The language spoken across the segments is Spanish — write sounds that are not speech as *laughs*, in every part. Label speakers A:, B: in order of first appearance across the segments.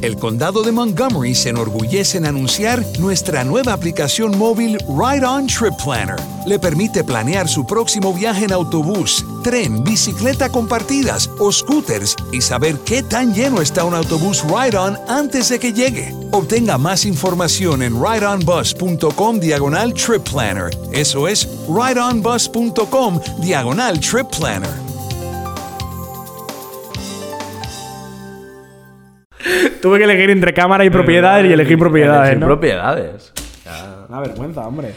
A: el condado de Montgomery se enorgullece en anunciar nuestra nueva aplicación móvil Ride On Trip Planner. Le permite planear su próximo viaje en autobús, tren, bicicleta compartidas o scooters y saber qué tan lleno está un autobús Ride On antes de que llegue. Obtenga más información en rideonbus.com diagonal trip planner. Eso es rideonbus.com diagonal trip planner.
B: Tuve que elegir entre cámara y propiedades y elegí propiedades,
C: Sin
B: ¿no?
C: propiedades.
B: Una vergüenza, hombre.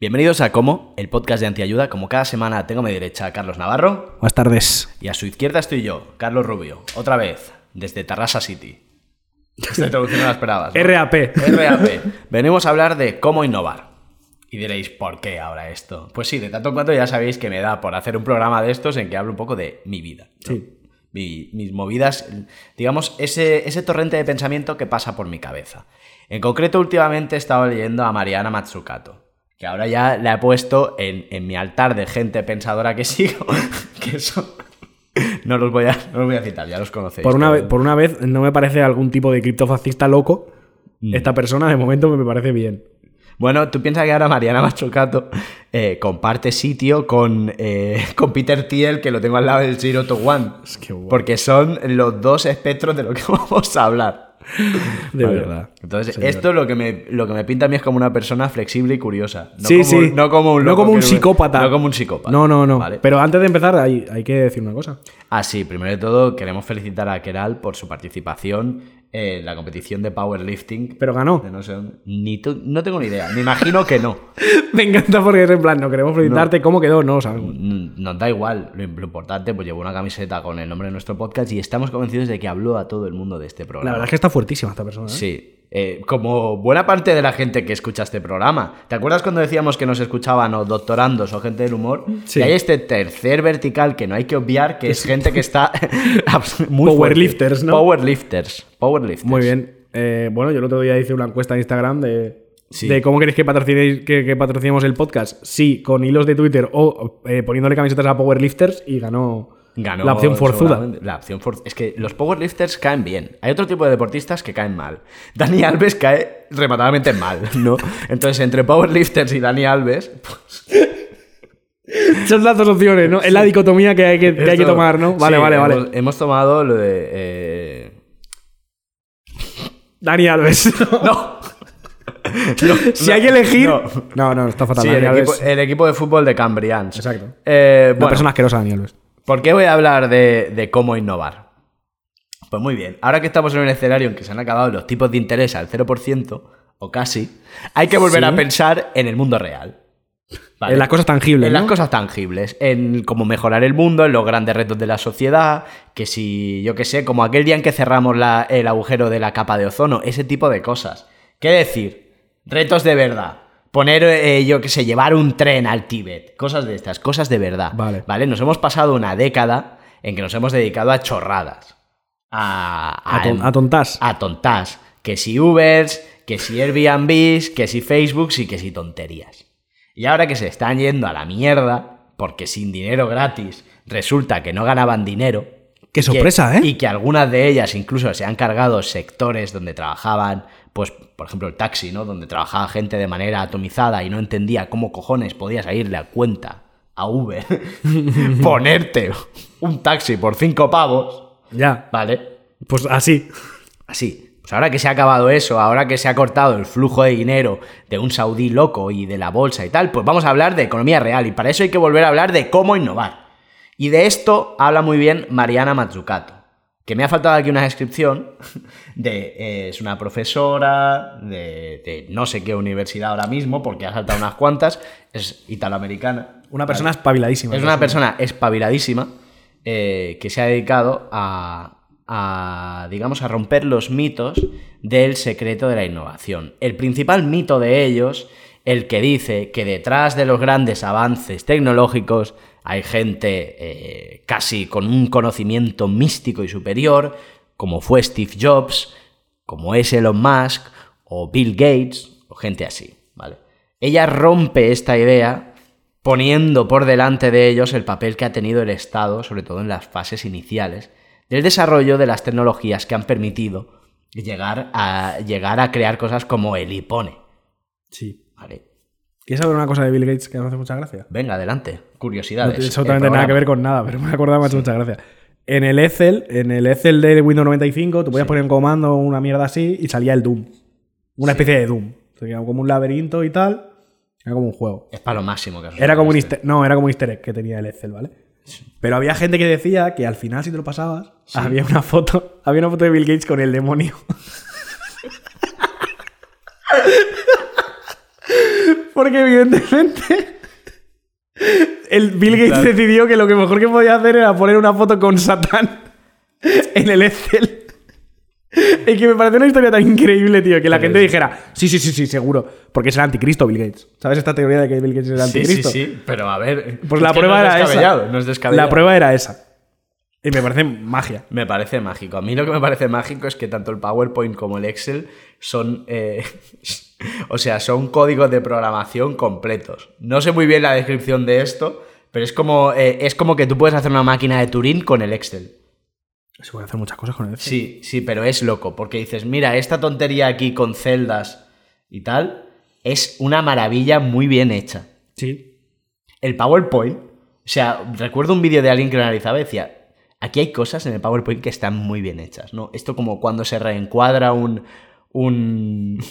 C: Bienvenidos a Como, el podcast de Antiayuda. Como cada semana tengo a mi derecha a Carlos Navarro
B: Buenas tardes.
C: y a su izquierda estoy yo, Carlos Rubio. Otra vez, desde
B: *laughs*
C: Tarrasa City. Esta traducción no la esperabas. ¿no?
B: RAP.
C: RAP. Venimos a hablar de cómo innovar. Y diréis, ¿por qué ahora esto? Pues sí, de tanto en cuanto ya sabéis que me da por hacer un programa de estos en que hablo un poco de mi vida. ¿no? Mi- mis movidas, digamos, ese, ese torrente de pensamiento que pasa por mi cabeza. En concreto, últimamente he estado leyendo a Mariana Matsukato, que ahora ya la he puesto en, en mi altar de gente pensadora que *laughs* sigo, que son... No los, voy a, no los voy a citar, ya los conocéis.
B: Por una,
C: pero-
B: vez, por una vez, no me parece algún tipo de criptofascista loco.
C: Mm.
B: Esta persona, de momento, me parece bien.
C: Bueno, tú piensas que ahora Mariana Machucato eh, comparte sitio con, eh, *laughs* con Peter Thiel, que lo tengo al lado del Zero to One.
B: que guay.
C: Porque son los dos espectros de lo que *laughs* vamos a hablar.
B: De
C: Vale.
B: verdad.
C: Entonces, esto lo que, me, lo que me pinta a mí es como una persona flexible y curiosa. No
B: sí,
C: como,
B: sí.
C: No como un,
B: no
C: loco
B: como un
C: que-
B: psicópata.
C: No como un psicópata.
B: No, no, no.
C: Vale.
B: Pero antes de empezar, hay, hay que decir una cosa.
C: Ah, sí, primero de todo, queremos felicitar a Keral por su participación en la competición de powerlifting.
B: Pero ganó.
C: De no, sé dónde. Ni tú- no tengo ni idea. Me imagino que no.
B: *laughs* Me encanta porque es en plan, no queremos felicitarte. ¿Cómo quedó? No lo sabemos.
C: Mm, Nos da igual, lo, im- lo importante, pues llevó una camiseta con el nombre de nuestro podcast y estamos convencidos de que habló a todo el mundo de este
B: La
C: programa.
B: verdad es que está fuertísima esta persona. ¿eh?
C: Sí, eh, como buena parte de la gente que escucha este programa. ¿Te acuerdas cuando decíamos que nos escuchaban o doctorandos o gente del humor?
B: Sí.
C: Y hay este tercer vertical que no hay que obviar, que es gente
B: *laughs*
C: que está *laughs* abs- muy fuerte.
B: Powerlifters, ¿no?
C: Powerlifters, powerlifters.
B: Muy bien. Eh, bueno, yo el otro día hice una encuesta en Instagram de,
C: Sí.
B: de cómo queréis que, patrocinéis, que, que patrocinemos el podcast. Sí, con hilos de Twitter o eh, poniéndole camisetas a powerlifters y ganó,
C: Ganó
B: la opción forzuda.
C: seguramente. La opción forzuda. Es que los powerlifters caen bien. Hay otro tipo de deportistas que caen mal. Dani Alves cae rematadamente mal, *laughs* ¿no? Entonces, entre powerlifters y Dani Alves.
B: *laughs*
C: pues
B: Son las dos opciones, ¿no? Es la dicotomía que hay que, que hay que
C: esto-
B: tomar, ¿no? Vale,
C: Sí, eh, pues-
B: vale, vale.
C: Hemos, hemos tomado lo de. eh,
B: Dani
C: *laughs*
B: Alves. *laughs*
C: ¡No! No,
B: si
C: no,
B: hay que elegir.
C: no.
B: No, no, está fatal.
C: Sí, el
B: Dani
C: equipo,
B: Alves.
C: el equipo de fútbol de Cambrians.
B: Exacto.
C: Eh,
B: Una
C: bueno,
B: persona asquerosa, Dani Alves.
C: ¿Por qué voy a hablar de, de cómo innovar? Pues muy bien, ahora que estamos en un escenario en que se han acabado los tipos de interés al 0% o casi, hay que volver
B: Sí.
C: a pensar en el mundo real. ¿vale?
B: En las cosas tangibles.
C: En las
B: ¿no?
C: cosas tangibles, en cómo mejorar el mundo, en los grandes retos de la sociedad, que si, yo qué sé, como aquel día en que cerramos la- el agujero de la capa de ozono, ese tipo de cosas. ¿Qué decir? Retos de verdad. Poner, eh, yo qué sé, llevar un tren al Tíbet. Cosas de estas, cosas de verdad.
B: Vale.
C: Nos hemos pasado una década en que nos hemos dedicado a chorradas. A,
B: A ton- a tontas.
C: A tontas. Que si Ubers, que si Airbnbs, que si Facebook, y que si tonterías. Y ahora que se están yendo a la mierda, porque sin dinero gratis resulta que no ganaban dinero.
B: Qué
C: y que-
B: sorpresa, ¿eh?
C: Y que algunas de ellas incluso se han cargado sectores donde trabajaban, pues, por ejemplo, el taxi, ¿no? Donde trabajaba gente de manera atomizada y no entendía cómo cojones podía salirle a cuenta a Uber *laughs* ponerte un taxi por cinco pavos,
B: Ya.
C: ¿vale?
B: Pues así.
C: Así. Pues ahora que se ha acabado eso, ahora que se ha cortado el flujo de dinero de un saudí loco y de la bolsa y tal, pues vamos a hablar de economía real y para eso hay que volver a hablar de cómo innovar. Y de esto habla muy bien Mariana Mazzucato, que me ha faltado aquí una descripción *laughs* de eh, es una profesora de, de no sé qué universidad ahora mismo, porque ha saltado unas cuantas, es italoamericana.
B: Una persona espabiladísima.
C: Es una persona espabiladísima eh, que se ha dedicado a, a, digamos, a romper los mitos del secreto de la innovación. El principal mito de ellos, el que dice que detrás de los grandes avances tecnológicos hay gente eh, casi con un conocimiento místico y superior, como fue Steve Jobs, como es Elon Musk o Bill Gates o gente así, ¿vale? Ella rompe esta idea poniendo por delante de ellos el papel que ha tenido el Estado, sobre todo en las fases iniciales, del desarrollo de las tecnologías que han permitido llegar a, llegar a crear cosas como el IPONE.
B: Sí.
C: Vale.
B: ¿Quieres saber una cosa de Bill Gates que me hace mucha gracia?
C: Venga, adelante.
B: No
C: Curiosidades.
B: tiene
C: El
B: absolutamente nada
C: programa.
B: que ver con nada, pero me acordaba me ha hecho mucha gracia. En el Excel, en el Excel de Windows 95, tú podías poner un comando o una mierda así y salía el Doom. Una especie de Doom. Tenía como un laberinto y tal. Era como un juego.
C: Es para lo máximo que os
B: Era como un
C: ofrece.
B: easter- no, era como un easter egg que tenía el Excel, ¿vale? Pero había gente que decía que al final, si te lo pasabas, había una foto, *laughs* había una foto de Bill Gates con el demonio. *laughs* Porque evidentemente el Bill Gates decidió que lo que mejor que podía hacer era poner una foto con Satán *laughs* en el Excel. Es que me parece una historia tan increíble, tío, que la gente dijera, sí, sí, sí, sí, seguro, porque es el anticristo Bill Gates. ¿Sabes esta teoría de que Bill Gates es el
C: Sí, sí,
B: anticristo?
C: sí, pero a ver.
B: Pues
C: es
B: la
C: que
B: prueba
C: no es
B: era
C: descabellado,
B: esa.
C: No es descabellado.
B: La prueba era esa. Y me parece magia.
C: Me parece mágico. A mí lo que me parece mágico es que tanto el PowerPoint como el Excel son. eh, *laughs* o sea, son códigos de programación completos. No sé muy bien la descripción de esto, pero es como, eh, es como que tú puedes hacer una máquina de Turín con el Excel.
B: Se pueden hacer muchas cosas con el
C: Sí, sí, pero es loco, porque dices, mira, esta tontería aquí con celdas y tal es una maravilla muy bien hecha.
B: Sí.
C: El PowerPoint, o sea, recuerdo un vídeo de alguien que lo analizaba y decía, aquí hay cosas en el PowerPoint que están muy bien hechas, ¿no? Esto como cuando se reencuadra un, un, *laughs*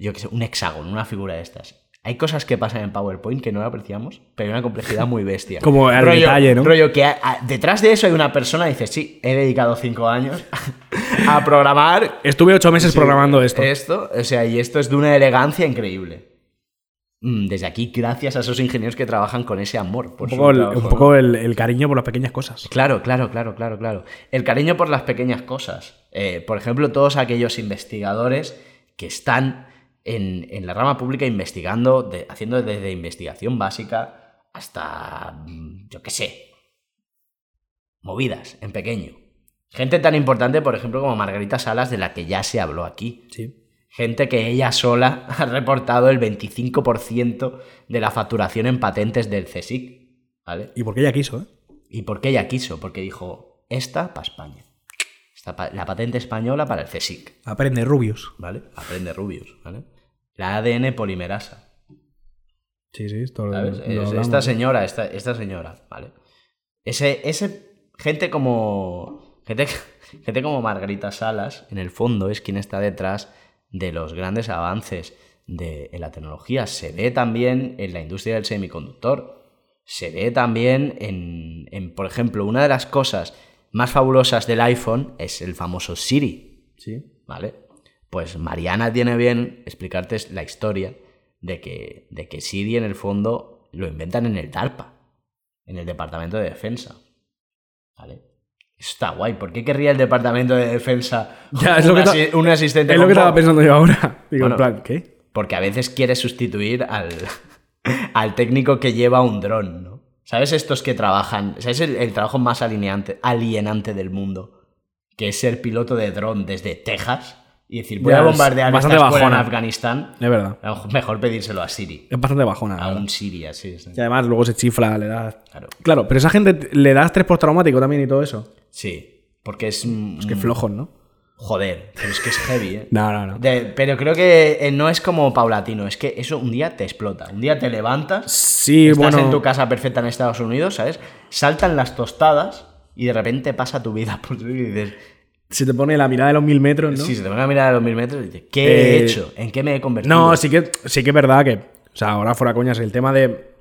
C: yo qué sé, un hexágono, una figura de estas. Hay cosas que pasan en PowerPoint que no apreciamos, pero hay una complejidad muy bestia.
B: *laughs* Como al
C: Rollo-
B: detalle, ¿no?
C: Rollo que a- a- detrás de eso hay una persona que dice, sí, he dedicado cinco años *laughs* a programar
B: Estuve ocho meses programando esto.
C: esto, o sea, y esto es de una elegancia increíble. Mm, Desde aquí, gracias a esos ingenieros que trabajan con ese amor. Por
B: un
C: su
B: poco, el,
C: trabajo,
B: un
C: ¿no?
B: poco el- el cariño por las pequeñas cosas.
C: Claro, claro, claro, claro, claro. El cariño por las pequeñas cosas. Eh, por ejemplo, todos aquellos investigadores que están en, en la rama pública investigando, de- haciendo desde investigación básica hasta, mm, yo qué sé, movidas en pequeño. Gente tan importante, por ejemplo, como Margarita Salas, de la que ya se habló aquí.
B: Sí.
C: Gente que ella sola *laughs* ha reportado el 25% de la facturación en patentes del CSIC. ¿Vale?
B: Y porque ella quiso, ¿eh?
C: ¿Y por qué ella quiso? Porque dijo, esta para España. Esta pa- la patente española para el CSIC.
B: Aprende rubios.
C: ¿Vale? Aprende Rubius. ¿Vale? La ADN polimerasa.
B: Sí, sí, esto lo-
C: ¿sabes?
B: lo
C: Es-
B: hablamos.
C: esta señora, esta, esta señora, ¿vale? Ese, ese gente como. Gente, *laughs* gente como Margarita Salas, en el fondo, es quien está detrás de los grandes avances de, en la tecnología. Se ve también en la industria del semiconductor. Se ve también en, en, por ejemplo, una de las cosas más fabulosas del iPhone es el famoso Siri.
B: Sí.
C: ¿vale? Pues Mariana tiene bien explicarte la historia de que, de que Siri en el fondo lo inventan en el DARPA, en el Departamento de Defensa, ¿vale? Eso está guay. ¿Por qué querría el Departamento de Defensa
B: Ya, es lo
C: un,
B: que ta-
C: asi- un asistente?
B: Es lo
C: con
B: que estaba
C: voz?
B: pensando yo ahora. Digo,
C: Bueno.
B: en plan, ¿qué?
C: Porque a veces quieres sustituir al, *laughs* al técnico que lleva un dron, ¿no? ¿Sabes estos que trabajan? ¿Sabes el, el trabajo más alineante- alienante del mundo? Que es ser piloto de dron desde Texas y decir, voy
B: Ya,
C: a
B: es
C: bombardear esta
B: bastante
C: escuela en
B: bajona.
C: Afganistán.
B: Es verdad.
C: A lo mejor- Mejor pedírselo a Siri.
B: Es bastante bajona. la
C: A
B: verdad.
C: un Siri, así. sí.
B: Y además luego se chifla, le das...
C: Claro.
B: Claro, pero esa gente t- le das tres postraumático también y todo eso.
C: Sí. Porque es... mm,
B: Es que flojos, ¿no?
C: Joder, pero es que es heavy, ¿eh?
B: *laughs* No, no, no.
C: De- pero creo que eh, no es como paulatino, es que eso un día te explota, un día te levantas
B: Sí,
C: Estás
B: bueno...
C: en tu casa perfecta en Estados Unidos, ¿sabes? Saltan las tostadas y de repente pasa tu vida por tu vida y dices,
B: Se te pone la mirada de los mil metros, ¿no?
C: si se te van a mirar a los mil metros, y dices, ¿qué
B: Eh,
C: he hecho? ¿En qué me he convertido?
B: No, sí que, sí que es verdad que. O sea, ahora fuera coñas, el tema de.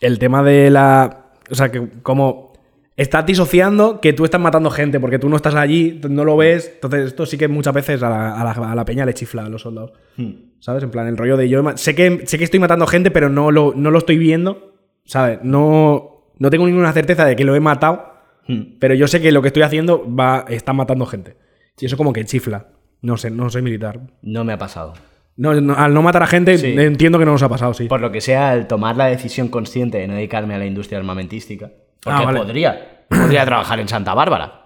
B: El tema de la. O sea, que como. Estás disociando que tú estás matando gente porque tú no estás allí, no lo ves. Entonces, esto sí que muchas veces a la, a la- a la peña le chifla a los soldados.
C: Hmm,
B: ¿Sabes? En plan, el rollo de yo. he ma- Sé que, sé que estoy matando gente, pero no lo, no lo estoy viendo. ¿Sabes? No, no tengo ninguna certeza de que lo he matado,
C: Hmm.
B: pero yo sé que lo que estoy haciendo va, está matando gente. Y eso como que chifla. No sé, no soy militar,
C: No me ha pasado.
B: no, no, al no matar a gente,
C: Sí.
B: entiendo que no nos ha pasado, sí.
C: Por lo que sea, al tomar la decisión consciente de no dedicarme a la industria armamentística, porque
B: Ah, vale.
C: podría, podría trabajar en Santa Bárbara.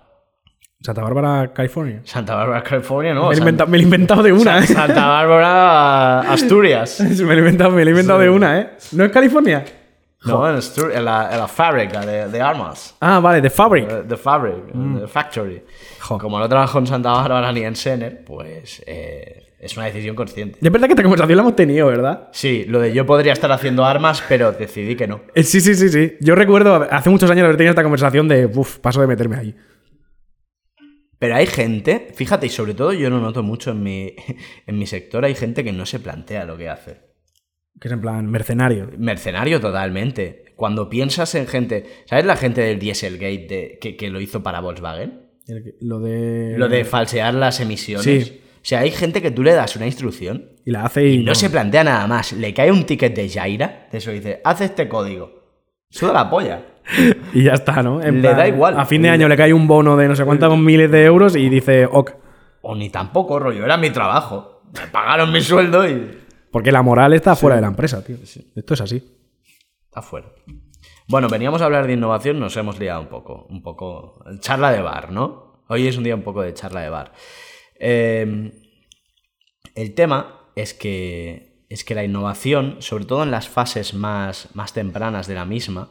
B: Santa Bárbara, California.
C: Santa Bárbara, California, ¿no?
B: me, lo he
C: San-
B: inventa- me lo he inventado de una, ¿eh? *laughs*
C: Santa Bárbara, Asturias.
B: me lo he inventado, me lo he inventado de una, ¿eh? ¿No es ¿eh? California?
C: No, en, Stur- en la, en la fábrica de, de armas.
B: Ah, vale, de Fabric.
C: Eh, The Fabric, The Factory.
B: Mm. Jo.
C: Como no trabajo en Santa Bárbara ni en Sener, pues eh, es una decisión consciente.
B: Y es verdad que esta conversación la hemos tenido, ¿verdad?
C: Sí, lo de yo podría estar haciendo armas, pero decidí que no.
B: Eh, Sí, sí, sí, sí. Yo recuerdo hace muchos años haber tenido esta conversación de, uff, paso de meterme ahí.
C: Pero hay gente, fíjate, y sobre todo yo lo noto mucho en mi, *laughs* en mi sector, hay gente que no se plantea lo que hace.
B: Que es en plan mercenario.
C: Mercenario totalmente. Cuando piensas en gente, ¿sabes la gente del Dieselgate de- que, que lo hizo para Volkswagen?
B: El que- Lo de...
C: Lo de falsear las emisiones.
B: Eh. Sí.
C: O sea, hay gente que tú le das una instrucción
B: Y la hace y...
C: No, se plantea nada más. Le cae un ticket de Jaira, de eso dice, haz este código. Suda la polla.
B: Y ya está, ¿no?
C: Le da igual.
B: A fin de año le cae un bono de no sé cuántos miles de euros y dice, ok.
C: O ni tampoco, rollo, era mi trabajo. Me pagaron mi sueldo y.
B: Porque la moral está fuera de la empresa, tío. Esto es así.
C: Afuera. Bueno, veníamos a hablar de innovación, nos hemos liado un poco. Un poco. Charla de bar, ¿no? Hoy es un día un poco de charla de bar. Eh, el tema es que. Es que la innovación, sobre todo en las fases más, más tempranas de la misma,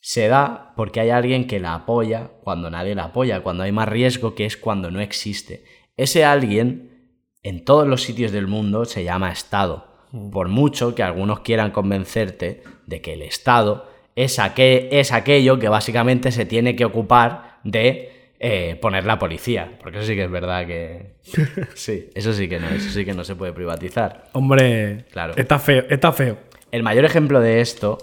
C: se da porque hay alguien que la apoya cuando nadie la apoya, cuando hay más riesgo, que es cuando no existe. Ese alguien, en todos los sitios del mundo, se llama Estado. Por mucho que algunos quieran convencerte de que el Estado es, aque- es aquello que básicamente se tiene que ocupar de eh, poner la policía. Porque eso sí que es verdad que. Sí, eso sí que no, eso sí que no se puede privatizar.
B: Hombre,
C: Claro.
B: está feo, está feo.
C: El mayor ejemplo de esto,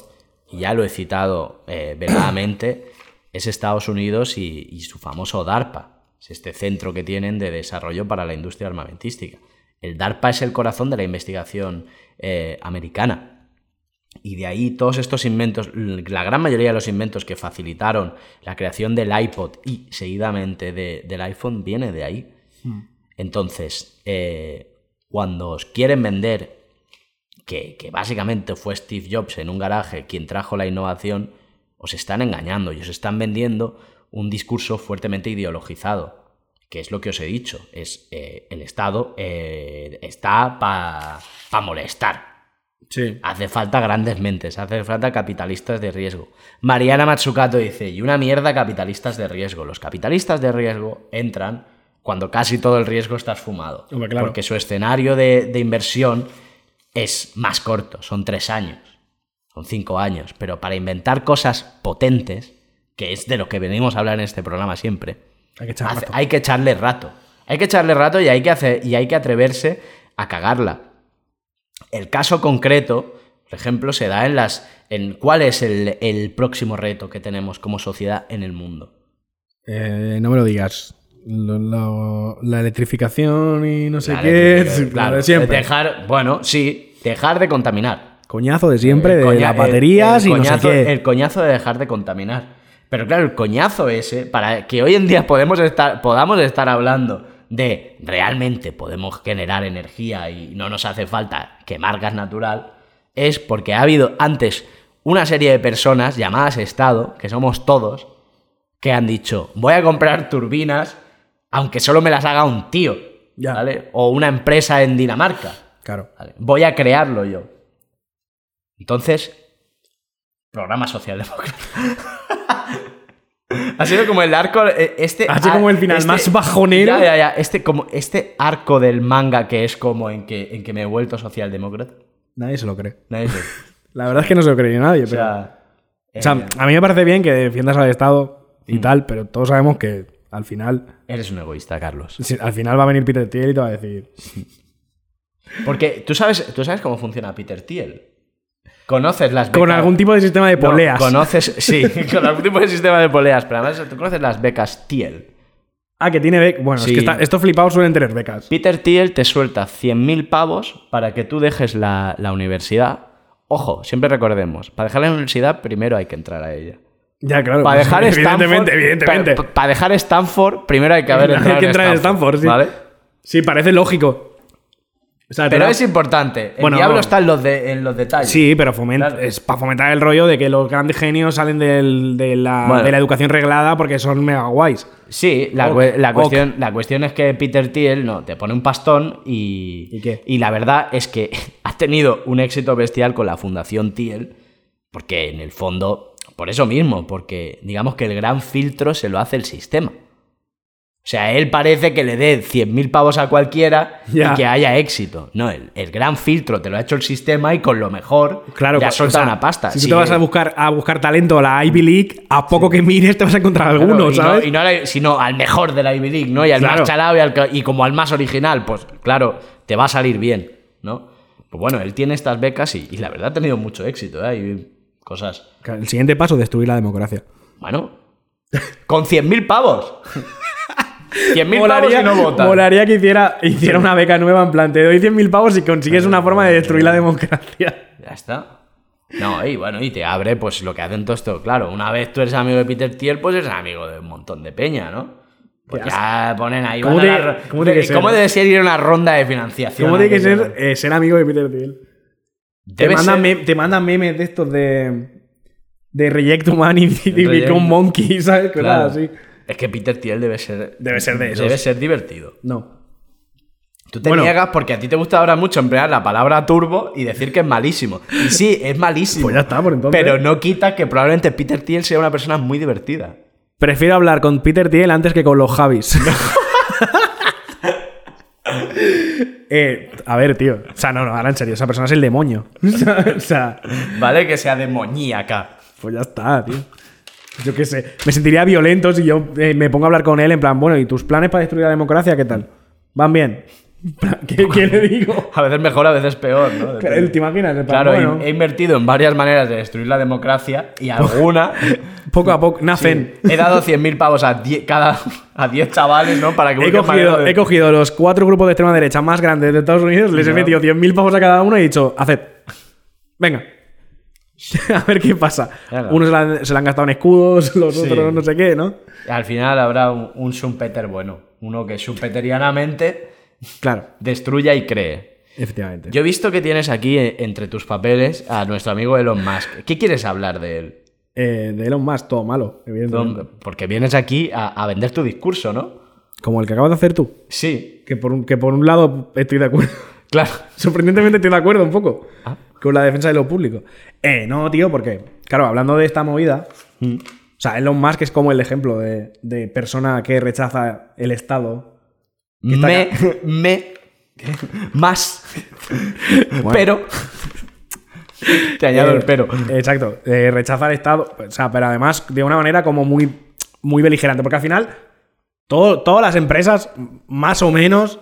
C: y ya lo he citado eh, veladamente, *clears throat* es Estados Unidos y, y su famoso DARPA, es este centro que tienen de desarrollo para la industria armamentística. El DARPA es el corazón de la investigación eh, americana. Y de ahí todos estos inventos, l- la gran mayoría de los inventos que facilitaron la creación del iPod y seguidamente de- del iPhone viene de ahí. Entonces, eh, cuando os quieren vender que, que básicamente fue Steve Jobs en un garaje quien trajo la innovación, os están engañando y os están vendiendo un discurso fuertemente ideologizado, que es lo que os he dicho, es eh, el Estado eh, está para molestar.
B: Sí.
C: Hace falta grandes mentes, hace falta capitalistas de riesgo. Mariana Matsukato dice, y una mierda capitalistas de riesgo. Los capitalistas de riesgo entran cuando casi todo el riesgo está esfumado.
B: Hombre, claro.
C: Porque su escenario de, de inversión es más corto, son tres años, son cinco años. Pero para inventar cosas potentes, que es de lo que venimos a hablar en este programa siempre,
B: Hay que echar
C: Hace-
B: rato.
C: hay que echarle rato. Hay que echarle rato y hay que, hacer, y hay que atreverse a cagarla. El caso concreto, por ejemplo, se da en las. en cuál es el, el próximo reto que tenemos como sociedad en el mundo.
B: Eh, no me lo digas. Lo- lo- la electrificación y no sé
C: La
B: qué. *laughs*
C: eléctrica,
B: sí,
C: claro,
B: claro, de siempre.
C: Dejar, bueno, sí, dejar de contaminar.
B: Coñazo de siempre, de
C: Eh, coña-
B: las baterías
C: el
B: y
C: coñazo,
B: no sé qué.
C: el coñazo de dejar de contaminar. Pero claro, el coñazo ese, para que hoy en día podemos estar, podamos estar hablando de realmente podemos generar energía y no nos hace falta quemar gas natural, es porque ha habido antes una serie de personas llamadas Estado, que somos todos, que han dicho, voy a comprar turbinas, aunque solo me las haga un tío,
B: Ya.
C: ¿vale? O una empresa en Dinamarca.
B: Claro.
C: Vale, Voy a crearlo yo. Entonces, programa socialdemócrata. *laughs* ha sido como el arco. eh, Este,
B: Ha sido
C: ah,
B: como el final más bajonero.
C: Ya, ya, ya, Este, como, este arco del manga que es como en que, en que me he vuelto socialdemócrata.
B: Nadie se lo cree.
C: Nadie sé.
B: *laughs* La verdad es que no se lo cree nadie.
C: O
B: pero,
C: sea, eh,
B: o sea, a mí me parece bien que defiendas al Estado y
C: Mm.
B: tal, pero todos sabemos que al final,
C: eres un egoísta, Carlos.
B: si- al final va a venir Peter Thiel y te va a decir.
C: Porque tú sabes, tú sabes cómo funciona Peter Thiel. Conoces las
B: Con
C: becas-
B: algún tipo de sistema de
C: No,
B: poleas.
C: conoces,
B: *laughs*
C: sí, con algún tipo de sistema de poleas. Pero además, tú conoces las becas Thiel.
B: Ah, que tiene becas. Bueno,
C: Sí.
B: es que está- estos flipados suelen tener becas.
C: Peter Thiel te suelta 100.000 pavos para que tú dejes la, la universidad. Ojo, siempre recordemos, para dejar la universidad primero hay que entrar
B: *laughs*
C: a ella.
B: Ya, claro. pues,
C: Para dejar
B: *laughs*
C: Stanford,
B: evidentemente, evidentemente.
C: Para, dejar Stanford primero hay que
B: *laughs*
C: haber
B: Hay
C: entrado
B: que entrar en Stanford, sí.
C: ¿vale?
B: Sí, parece lógico. O sea,
C: Pero
B: te-
C: es importante. El
B: Bueno,
C: diablo
B: no.
C: está en los, de- en los detalles.
B: Sí, pero fomenta,
C: Claro.
B: es para fomentar el rollo de que los grandes genios salen del- de, la,
C: Bueno.
B: de la educación reglada porque son mega guays.
C: Sí, la,
B: Ok,
C: cue- la
B: ok.
C: cuestión, la cuestión es que Peter Thiel no, te pone un pastón y,
B: ¿Y qué?
C: *laughs* la verdad es que ha tenido un éxito bestial con la Fundación Thiel Porque en el fondo, por eso mismo, porque digamos que el gran filtro se lo hace el sistema. O sea, él parece que le dé 100.000 pavos a cualquiera
B: Ya.
C: y que haya éxito. No, el, el gran filtro te lo ha hecho el sistema y con lo mejor
B: Claro, pues,
C: ya
B: o
C: suelta
B: sea,
C: una pasta.
B: Si
C: Sí,
B: tú te vas
C: eh,
B: a buscar, a buscar talento a la Ivy League, a poco que mires te vas a encontrar
C: Claro,
B: alguno,
C: y no-
B: ¿sabes?
C: y no al- sino al mejor de la Ivy League, ¿no? Y al
B: Claro.
C: más chalado y, al que- y como al más original, pues claro, te va a salir bien, ¿no? Pues bueno, él tiene estas becas y, y la verdad ha tenido mucho éxito, ¿eh? Y cosas.
B: El siguiente paso, destruir la democracia. *laughs*
C: Bueno, con 100.000 pavos. 100.000 pavos
B: Molaría,
C: y no votan.
B: molaría que hiciera, hiciera una beca nueva en plan, te doy 100.000 pavos y consigues una forma de destruir la democracia.
C: Ya está. No, y bueno, y te abre pues lo que hacen todo esto. Claro, una vez tú eres amigo de Peter Thiel, pues eres amigo de un montón de peña, ¿no? Pues ya ponen ahí.
B: ¿Cómo
C: van a
B: tiene-
C: la ro-
B: cómo tiene que ser,
C: ¿Cómo
B: no?
C: debe ser ir a una ronda de financiación?
B: ¿Cómo tiene que
C: aquello?
B: ser eh, ser amigo de Peter Thiel? Te
C: Debe
B: mandan,
C: ser-
B: mem- te mandan memes de estos de. de Reject Humanity y
C: Reject.
B: Become Monkey, ¿sabes?
C: Claro.
B: Cosas así.
C: Es que Peter Thiel debe ser.
B: Debe ser de esos.
C: Debe ser divertido.
B: No.
C: Tú te
B: Bueno.
C: niegas porque a ti te gusta ahora mucho emplear la palabra turbo y decir que es malísimo. Y sí, es malísimo.
B: Pues ya está, por entonces.
C: Pero no quita que probablemente Peter Thiel sea una persona muy divertida.
B: Prefiero hablar con Peter Thiel antes que con los Javis. *laughs* Eh, a ver, tío. O sea, no, no, ahora en serio, esa persona es el *laughs* demonio. o sea,
C: Vale, que sea demoníaca.
B: pues ya está, tío. Yo qué sé. Me sentiría violento si yo eh, me pongo a hablar con él en plan, bueno, ¿y tus planes para destruir la democracia qué tal? ¿Van bien? *laughs* ¿Qué, qué le digo?
C: A veces mejor, a veces peor, ¿no? Depende.
B: ¿Te imaginas? En plan,
C: Claro, he-
B: bueno.
C: he, invertido en varias maneras de destruir la democracia
B: *laughs*
C: y alguna.
B: Poco a poco, nacen.
C: He dado 100.000 pavos a 10 cada a 10 chavales, ¿no? Para que
B: He
C: busquen
B: cogido,
C: maneras de-
B: he cogido los cuatro grupos de extrema derecha más grandes de Estados Unidos, les he metido 100.000 pavos a cada uno y he dicho, haced. Venga. *laughs* a ver qué pasa.
C: Claro.
B: Unos se la, han- se la han gastado en escudos, los
C: Sí.
B: otros no sé qué, ¿no?
C: Al final habrá un, un Schumpeter bueno, uno que Schumpeterianamente
B: Claro,
C: destruya y cree.
B: efectivamente.
C: Yo he visto que tienes aquí eh, entre tus papeles a nuestro amigo Elon Musk. ¿Qué quieres hablar de él?
B: Eh, de Elon Musk, todo malo, evidentemente.
C: Don- Porque vienes aquí a, a vender tu discurso, ¿no?
B: Como el que acabas de hacer tú.
C: Sí,
B: Que por un, que por un lado estoy de acuerdo.
C: claro.
B: Sorprendentemente estoy de acuerdo un poco.
C: Ah.
B: Con la defensa de lo público. Eh, no, tío, porque, claro, hablando de esta movida, o sea, Elon Musk es como el ejemplo de, de persona que rechaza el Estado. está
C: Me, me, más. Pero. Te añado el
B: Eh,
C: pero.
B: Exacto. eh, rechaza el Estado. O sea, pero además de una manera como muy, muy beligerante. Porque al final, todo- todas las empresas, más o menos,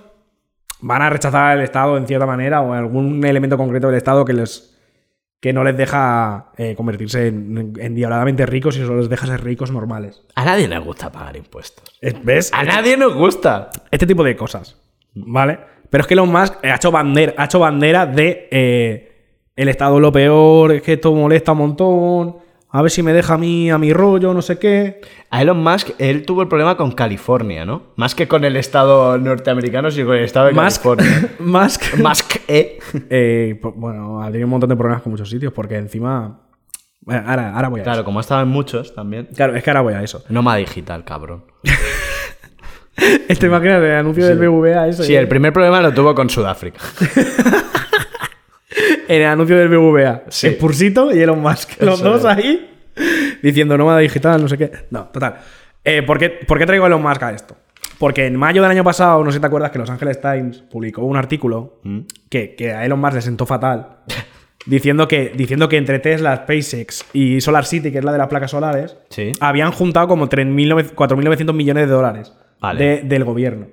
B: van a rechazar el Estado en cierta manera o algún elemento concreto del Estado que les que no les deja eh, convertirse en, en diabladamente ricos y solo les deja ser ricos normales.
C: A nadie le gusta pagar impuestos.
B: Eh, ¿Ves?
C: A nadie nos gusta.
B: Este tipo de cosas. ¿Vale? Pero es que Elon Musk eh, ha hecho bandera, ha hecho bandera de eh, el Estado es lo peor, es que esto molesta un montón. A ver si me deja a mí, a mi rollo, no sé qué.
C: A Elon Musk, él tuvo el problema con California, ¿no? Más que con el estado norteamericano, sino con el estado de
B: Musk.
C: *laughs* California.
B: *laughs* Musk.
C: Musk, ¿eh?
B: eh, po- bueno, ha tenido un montón de problemas con muchos sitios, porque encima. Bueno, ahora, ahora voy a
C: Claro,
B: eso.
C: como estaban muchos también.
B: Claro, es que ahora voy a eso. *laughs*
C: Nómada digital, cabrón.
B: Este imaginas el anuncio del BVA ese.
C: Sí, el primer problema lo tuvo con Sudáfrica.
B: En el anuncio del BVA.
C: Sí.
B: El Pursito y Elon Musk. Los
C: Eso
B: dos
C: es.
B: ahí diciendo nómada digital, no sé qué. No, total. Eh, ¿por, qué, por qué traigo a Elon Musk a esto? Porque en mayo del año pasado, no sé si te acuerdas, que Los Angeles Times publicó un artículo
C: Mm.
B: que, que a Elon Musk le sentó fatal. diciendo, que, diciendo que entre Tesla, SpaceX y Solar City, que es la de las placas solares,
C: Sí.
B: habían juntado como 3.900 4.900 millones de dólares
C: Vale.
B: de- del gobierno.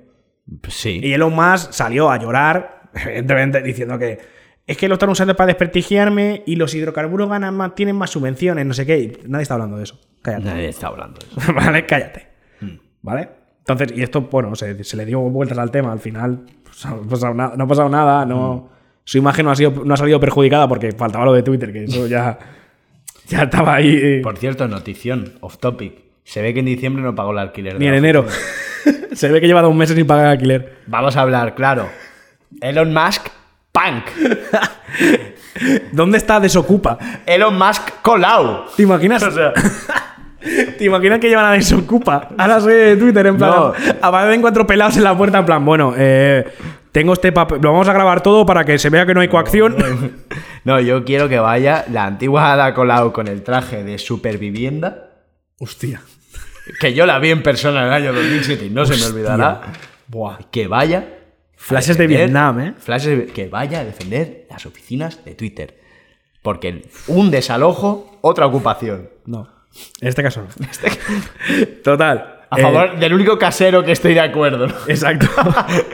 C: Sí.
B: Y Elon Musk salió a llorar, *laughs* evidentemente, diciendo que es que lo están usando para desprestigiarme y los hidrocarburos ganan más, tienen más subvenciones, no sé qué. Y nadie está hablando de eso. Cállate.
C: Nadie está hablando de
B: *laughs*
C: eso.
B: vale, cállate. ¿Vale? Entonces, y esto, bueno, se, se le dio vueltas al tema. Al final, pues, no, ha pasado nada- no ha pasado nada, no. Su imagen no ha, sido, no ha salido perjudicada porque faltaba lo de Twitter, que eso ya, *laughs* ya estaba ahí. eh,
C: Por cierto, notición, off topic. Se ve que en diciembre no pagó el alquiler. de
B: ni en
C: la
B: enero. *laughs* se ve que lleva dos meses sin pagar
C: *laughs*
B: alquiler.
C: Vamos a hablar, claro. Elon Musk, punk.
B: ¿Dónde está Desocupa?
C: Elon Musk, colao.
B: ¿Te *laughs* imaginas? ¿Te imaginas que llevan a desocupa a la serie de Twitter en plan?
C: No.
B: Aparecen cuatro pelados en la puerta en plan, bueno, eh, tengo este papel, lo vamos a grabar todo para que se vea que no hay coacción.
C: No, yo quiero que vaya la antigua Ada Colau con el traje de supervivienda.
B: *laughs* Hostia.
C: Que yo la vi en persona en el año 2007 y no se me olvidará.
B: Buah.
C: Que vaya. a
B: Flashes de
C: defender-
B: Vietnam, ¿eh?
C: Flashes de- que vaya a defender las oficinas de Twitter. Porque un desalojo, otra ocupación.
B: No. En *laughs* este caso no. Total.
C: A
B: eh,
C: favor del único casero que estoy de acuerdo. ¿no? *laughs*
B: Exacto.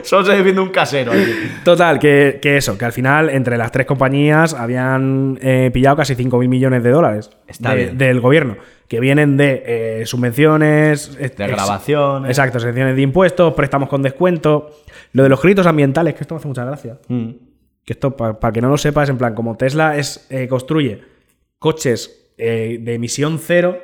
C: Solo se defiende un casero aquí.
B: Total, que, que eso, que al final entre las tres compañías habían eh, pillado casi 5.000 millones de dólares
C: Está
B: de-
C: bien.
B: del gobierno, que vienen de eh, subvenciones, ex-
C: De grabaciones.
B: Exacto, exenciones de impuestos, préstamos con descuento, lo de los créditos ambientales, que esto me hace mucha gracia.
C: Mm.
B: Que esto, para que no lo sepas, en plan, como Tesla es, eh, construye coches eh, de emisión cero,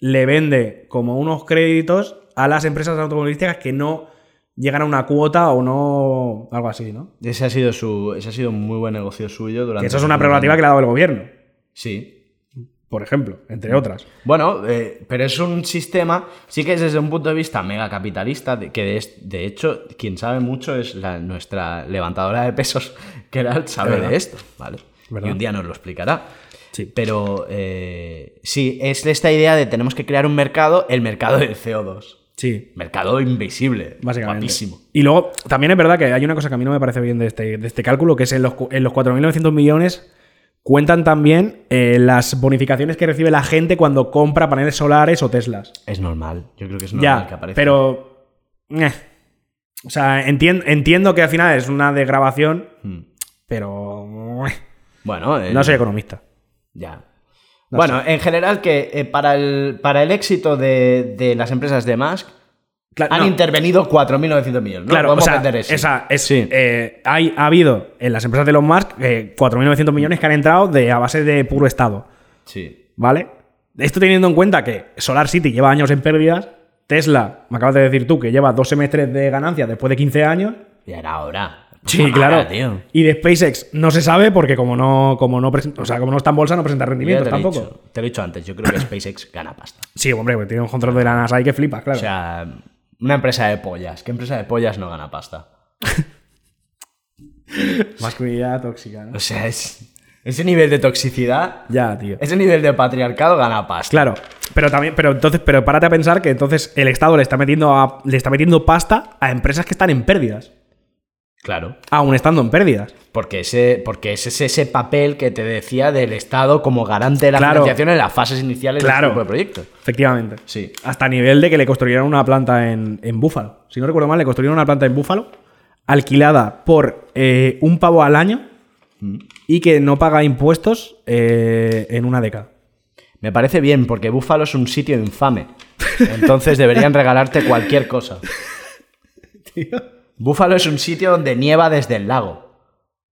B: le vende como unos créditos a las empresas automovilísticas que no llegan a una cuota o no. algo así, ¿no?
C: Ese ha sido su. Ese ha sido un muy buen negocio suyo durante.
B: Que eso es una prerrogativa que le ha dado el gobierno,
C: Sí.
B: por ejemplo, entre otras.
C: Bueno, eh, pero es un sistema, sí que es desde un punto de vista megacapitalista, de- que de, es- de hecho quien sabe mucho es la- nuestra levantadora de pesos, *laughs* que era sabe
B: verdad.
C: de esto, ¿vale?
B: verdad.
C: Y un día nos lo explicará.
B: Sí.
C: Pero eh, sí, es esta idea de tenemos que crear un mercado, el mercado del CO2.
B: Sí,
C: Mercado invisible,
B: básicamente.
C: guapísimo.
B: Y luego, también es verdad que hay una cosa que a mí no me parece bien de este, de este cálculo, que es en los, cu- en los 4.900 millones cuentan también eh, las bonificaciones que recibe la gente cuando compra paneles solares o Teslas.
C: Es normal, yo creo que es normal
B: Ya,
C: que aparezca.
B: pero... eh. O sea, entien- entiendo que al final es una desgrabación,
C: Mm.
B: pero... eh,
C: Bueno, eh,
B: No soy economista.
C: Ya. bueno, en general que eh, para, el, para el éxito de, de las empresas de Musk
B: Claro,
C: han
B: Ah, no.
C: intervenido 4.900 millones. ¿no?
B: Claro, o
C: Podemos
B: sea,
C: vender eso.
B: esa- es-
C: Sí.
B: eh, hay, ha habido en las empresas de Elon Musk eh, 4.900 millones que han entrado de, a base de puro estado,
C: Sí.
B: ¿vale? Esto teniendo en cuenta que Solar City lleva años en pérdidas, Tesla, me acabas de decir tú, que lleva dos semestres de ganancias después de 15 años.
C: Y ahora, ahora.
B: Sí, *laughs*
C: Ahora,
B: claro.
C: tío.
B: Y de SpaceX no se sabe porque como no, como no, presen- o sea, como no está en bolsa no presenta
C: Ya
B: rendimientos
C: te, lo he
B: tampoco.
C: dicho, te lo he dicho antes, yo creo que SpaceX *coughs* gana pasta.
B: Sí, hombre, pues tiene un control de la NASA ahí que flipas, claro.
C: O sea, una empresa de pollas. ¿Qué empresa de pollas no gana pasta?
B: Masculinidad tóxica, ¿no?
C: O sea, es, ese nivel de toxicidad,
B: Ya, tío.
C: ese nivel de patriarcado gana pasta.
B: Claro, pero también, pero entonces, pero párate a pensar que entonces el Estado le está metiendo a- le está metiendo pasta a empresas que están en pérdidas,
C: Claro.
B: aún estando en pérdidas.
C: Porque, ese, porque ese es ese papel que te decía del Estado como garante de la
B: Claro.
C: financiación en las fases iniciales
B: Claro.
C: de este tipo de proyectos.
B: Efectivamente.
C: Sí.
B: Hasta nivel de que le construyeron una planta en, en Búfalo. Si no recuerdo mal, le construyeron una planta en Búfalo, alquilada por eh, un pavo al año
C: Mm.
B: y que no paga impuestos eh, en una década.
C: Me parece bien, porque Búfalo es un sitio infame. Entonces deberían regalarte cualquier cosa. Búfalo es un sitio donde nieva desde el lago.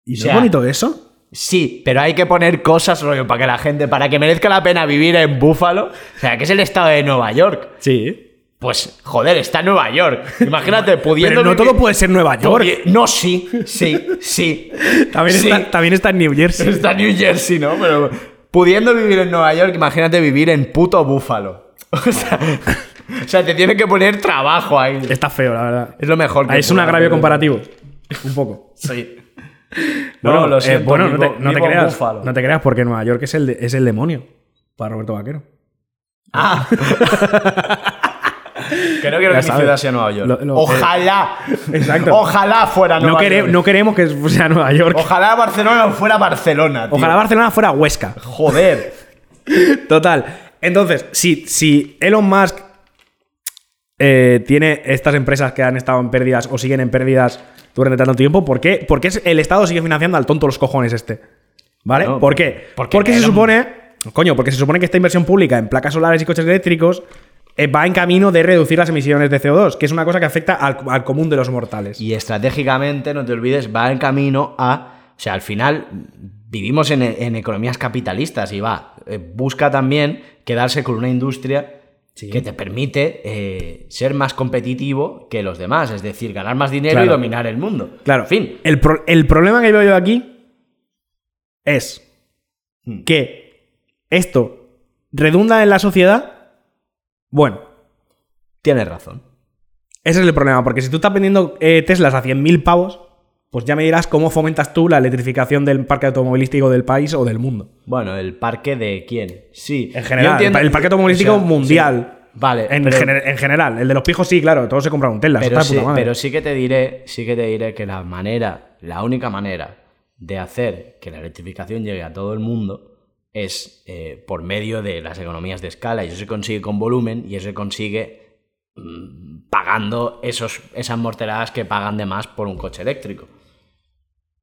B: ¿Y no
C: sea,
B: es bonito eso?
C: Sí, pero hay que poner cosas, rollo, para que la gente, para que merezca la pena vivir en Búfalo. O sea, que es el estado de Nueva York.
B: Sí.
C: Pues, joder, está en Nueva York. Imagínate, pudiendo.
B: Pero no
C: vivir-
B: todo puede ser Nueva York.
C: Pudi- No, sí, sí, sí.
B: También,
C: sí.
B: está, también está en New
C: *laughs*
B: Jersey.
C: Está New Jersey, ¿no? Pero pudiendo vivir en Nueva York, imagínate vivir en puto Búfalo. *laughs* O sea, o sea, te tienen que poner trabajo ahí.
B: Está feo, la verdad.
C: Es lo mejor que
B: Ah, Es un
C: pueda
B: agravio
C: hacer.
B: comparativo. Un
C: *laughs*
B: poco.
C: Sí.
B: Bueno,
C: Bueno, lo
B: eh,
C: siento,
B: bueno,
C: vivo-
B: no, te, no te
C: vivo en
B: creas.
C: Búfalo.
B: No te creas, porque Nueva York es el, de- es el demonio para Roberto Vaquero.
C: Ah. *laughs* que no quiero
B: Ya
C: que mi
B: sabes.
C: ciudad sea Nueva York.
B: Lo- lo-
C: Ojalá.
B: Exacto.
C: Ojalá fuera
B: No,
C: Nueva
B: quere-
C: York.
B: no queremos que sea Nueva York.
C: Ojalá Barcelona fuera Barcelona. tío.
B: Ojalá Barcelona fuera Huesca.
C: Joder.
B: Total. Entonces, si, si Elon Musk eh, tiene estas empresas que han estado en pérdidas o siguen en pérdidas durante tanto tiempo, ¿por qué, por qué el Estado sigue financiando al tonto los cojones este? ¿Vale?
C: No,
B: ¿Por qué?
C: porque
B: porque se
C: Elon-
B: supone. Coño, porque se supone que esta inversión pública en placas solares y coches eléctricos eh, va en camino de reducir las emisiones de CO2, que es una cosa que afecta al, al común de los mortales.
C: Y estratégicamente, no te olvides, va en camino a. O sea, al final vivimos en, en economías capitalistas y va. eh, busca también quedarse con una industria que te permite eh, ser más competitivo que los demás. Es decir, ganar más dinero y
B: Claro.
C: dominar el mundo.
B: Claro.
C: En fin.
B: El, pro- el problema que veo yo aquí es
C: Hmm.
B: que esto redunda en la sociedad. Bueno,
C: Tienes razón.
B: ese es el problema, porque si tú estás vendiendo eh, Teslas a 100.000 pavos, Pues ya me dirás cómo fomentas tú la electrificación del parque automovilístico del país o del mundo.
C: Bueno, ¿el parque de quién? Sí.
B: En
C: yo
B: general,
C: entiendo-
B: el parque automovilístico
C: o sea,
B: mundial.
C: sí. Vale.
B: En,
C: pero-
B: gener- en general, el de los pijos sí, claro, todos se compraron telas.
C: pero
B: está de
C: sí,
B: puta madre.
C: pero sí que te diré, sí que te diré que la manera, la única manera de hacer que la electrificación llegue a todo el mundo es eh, por medio de las economías de escala. Y eso se consigue con volumen y eso se consigue mm, pagando esos, esas morteradas que pagan de más por un coche eléctrico.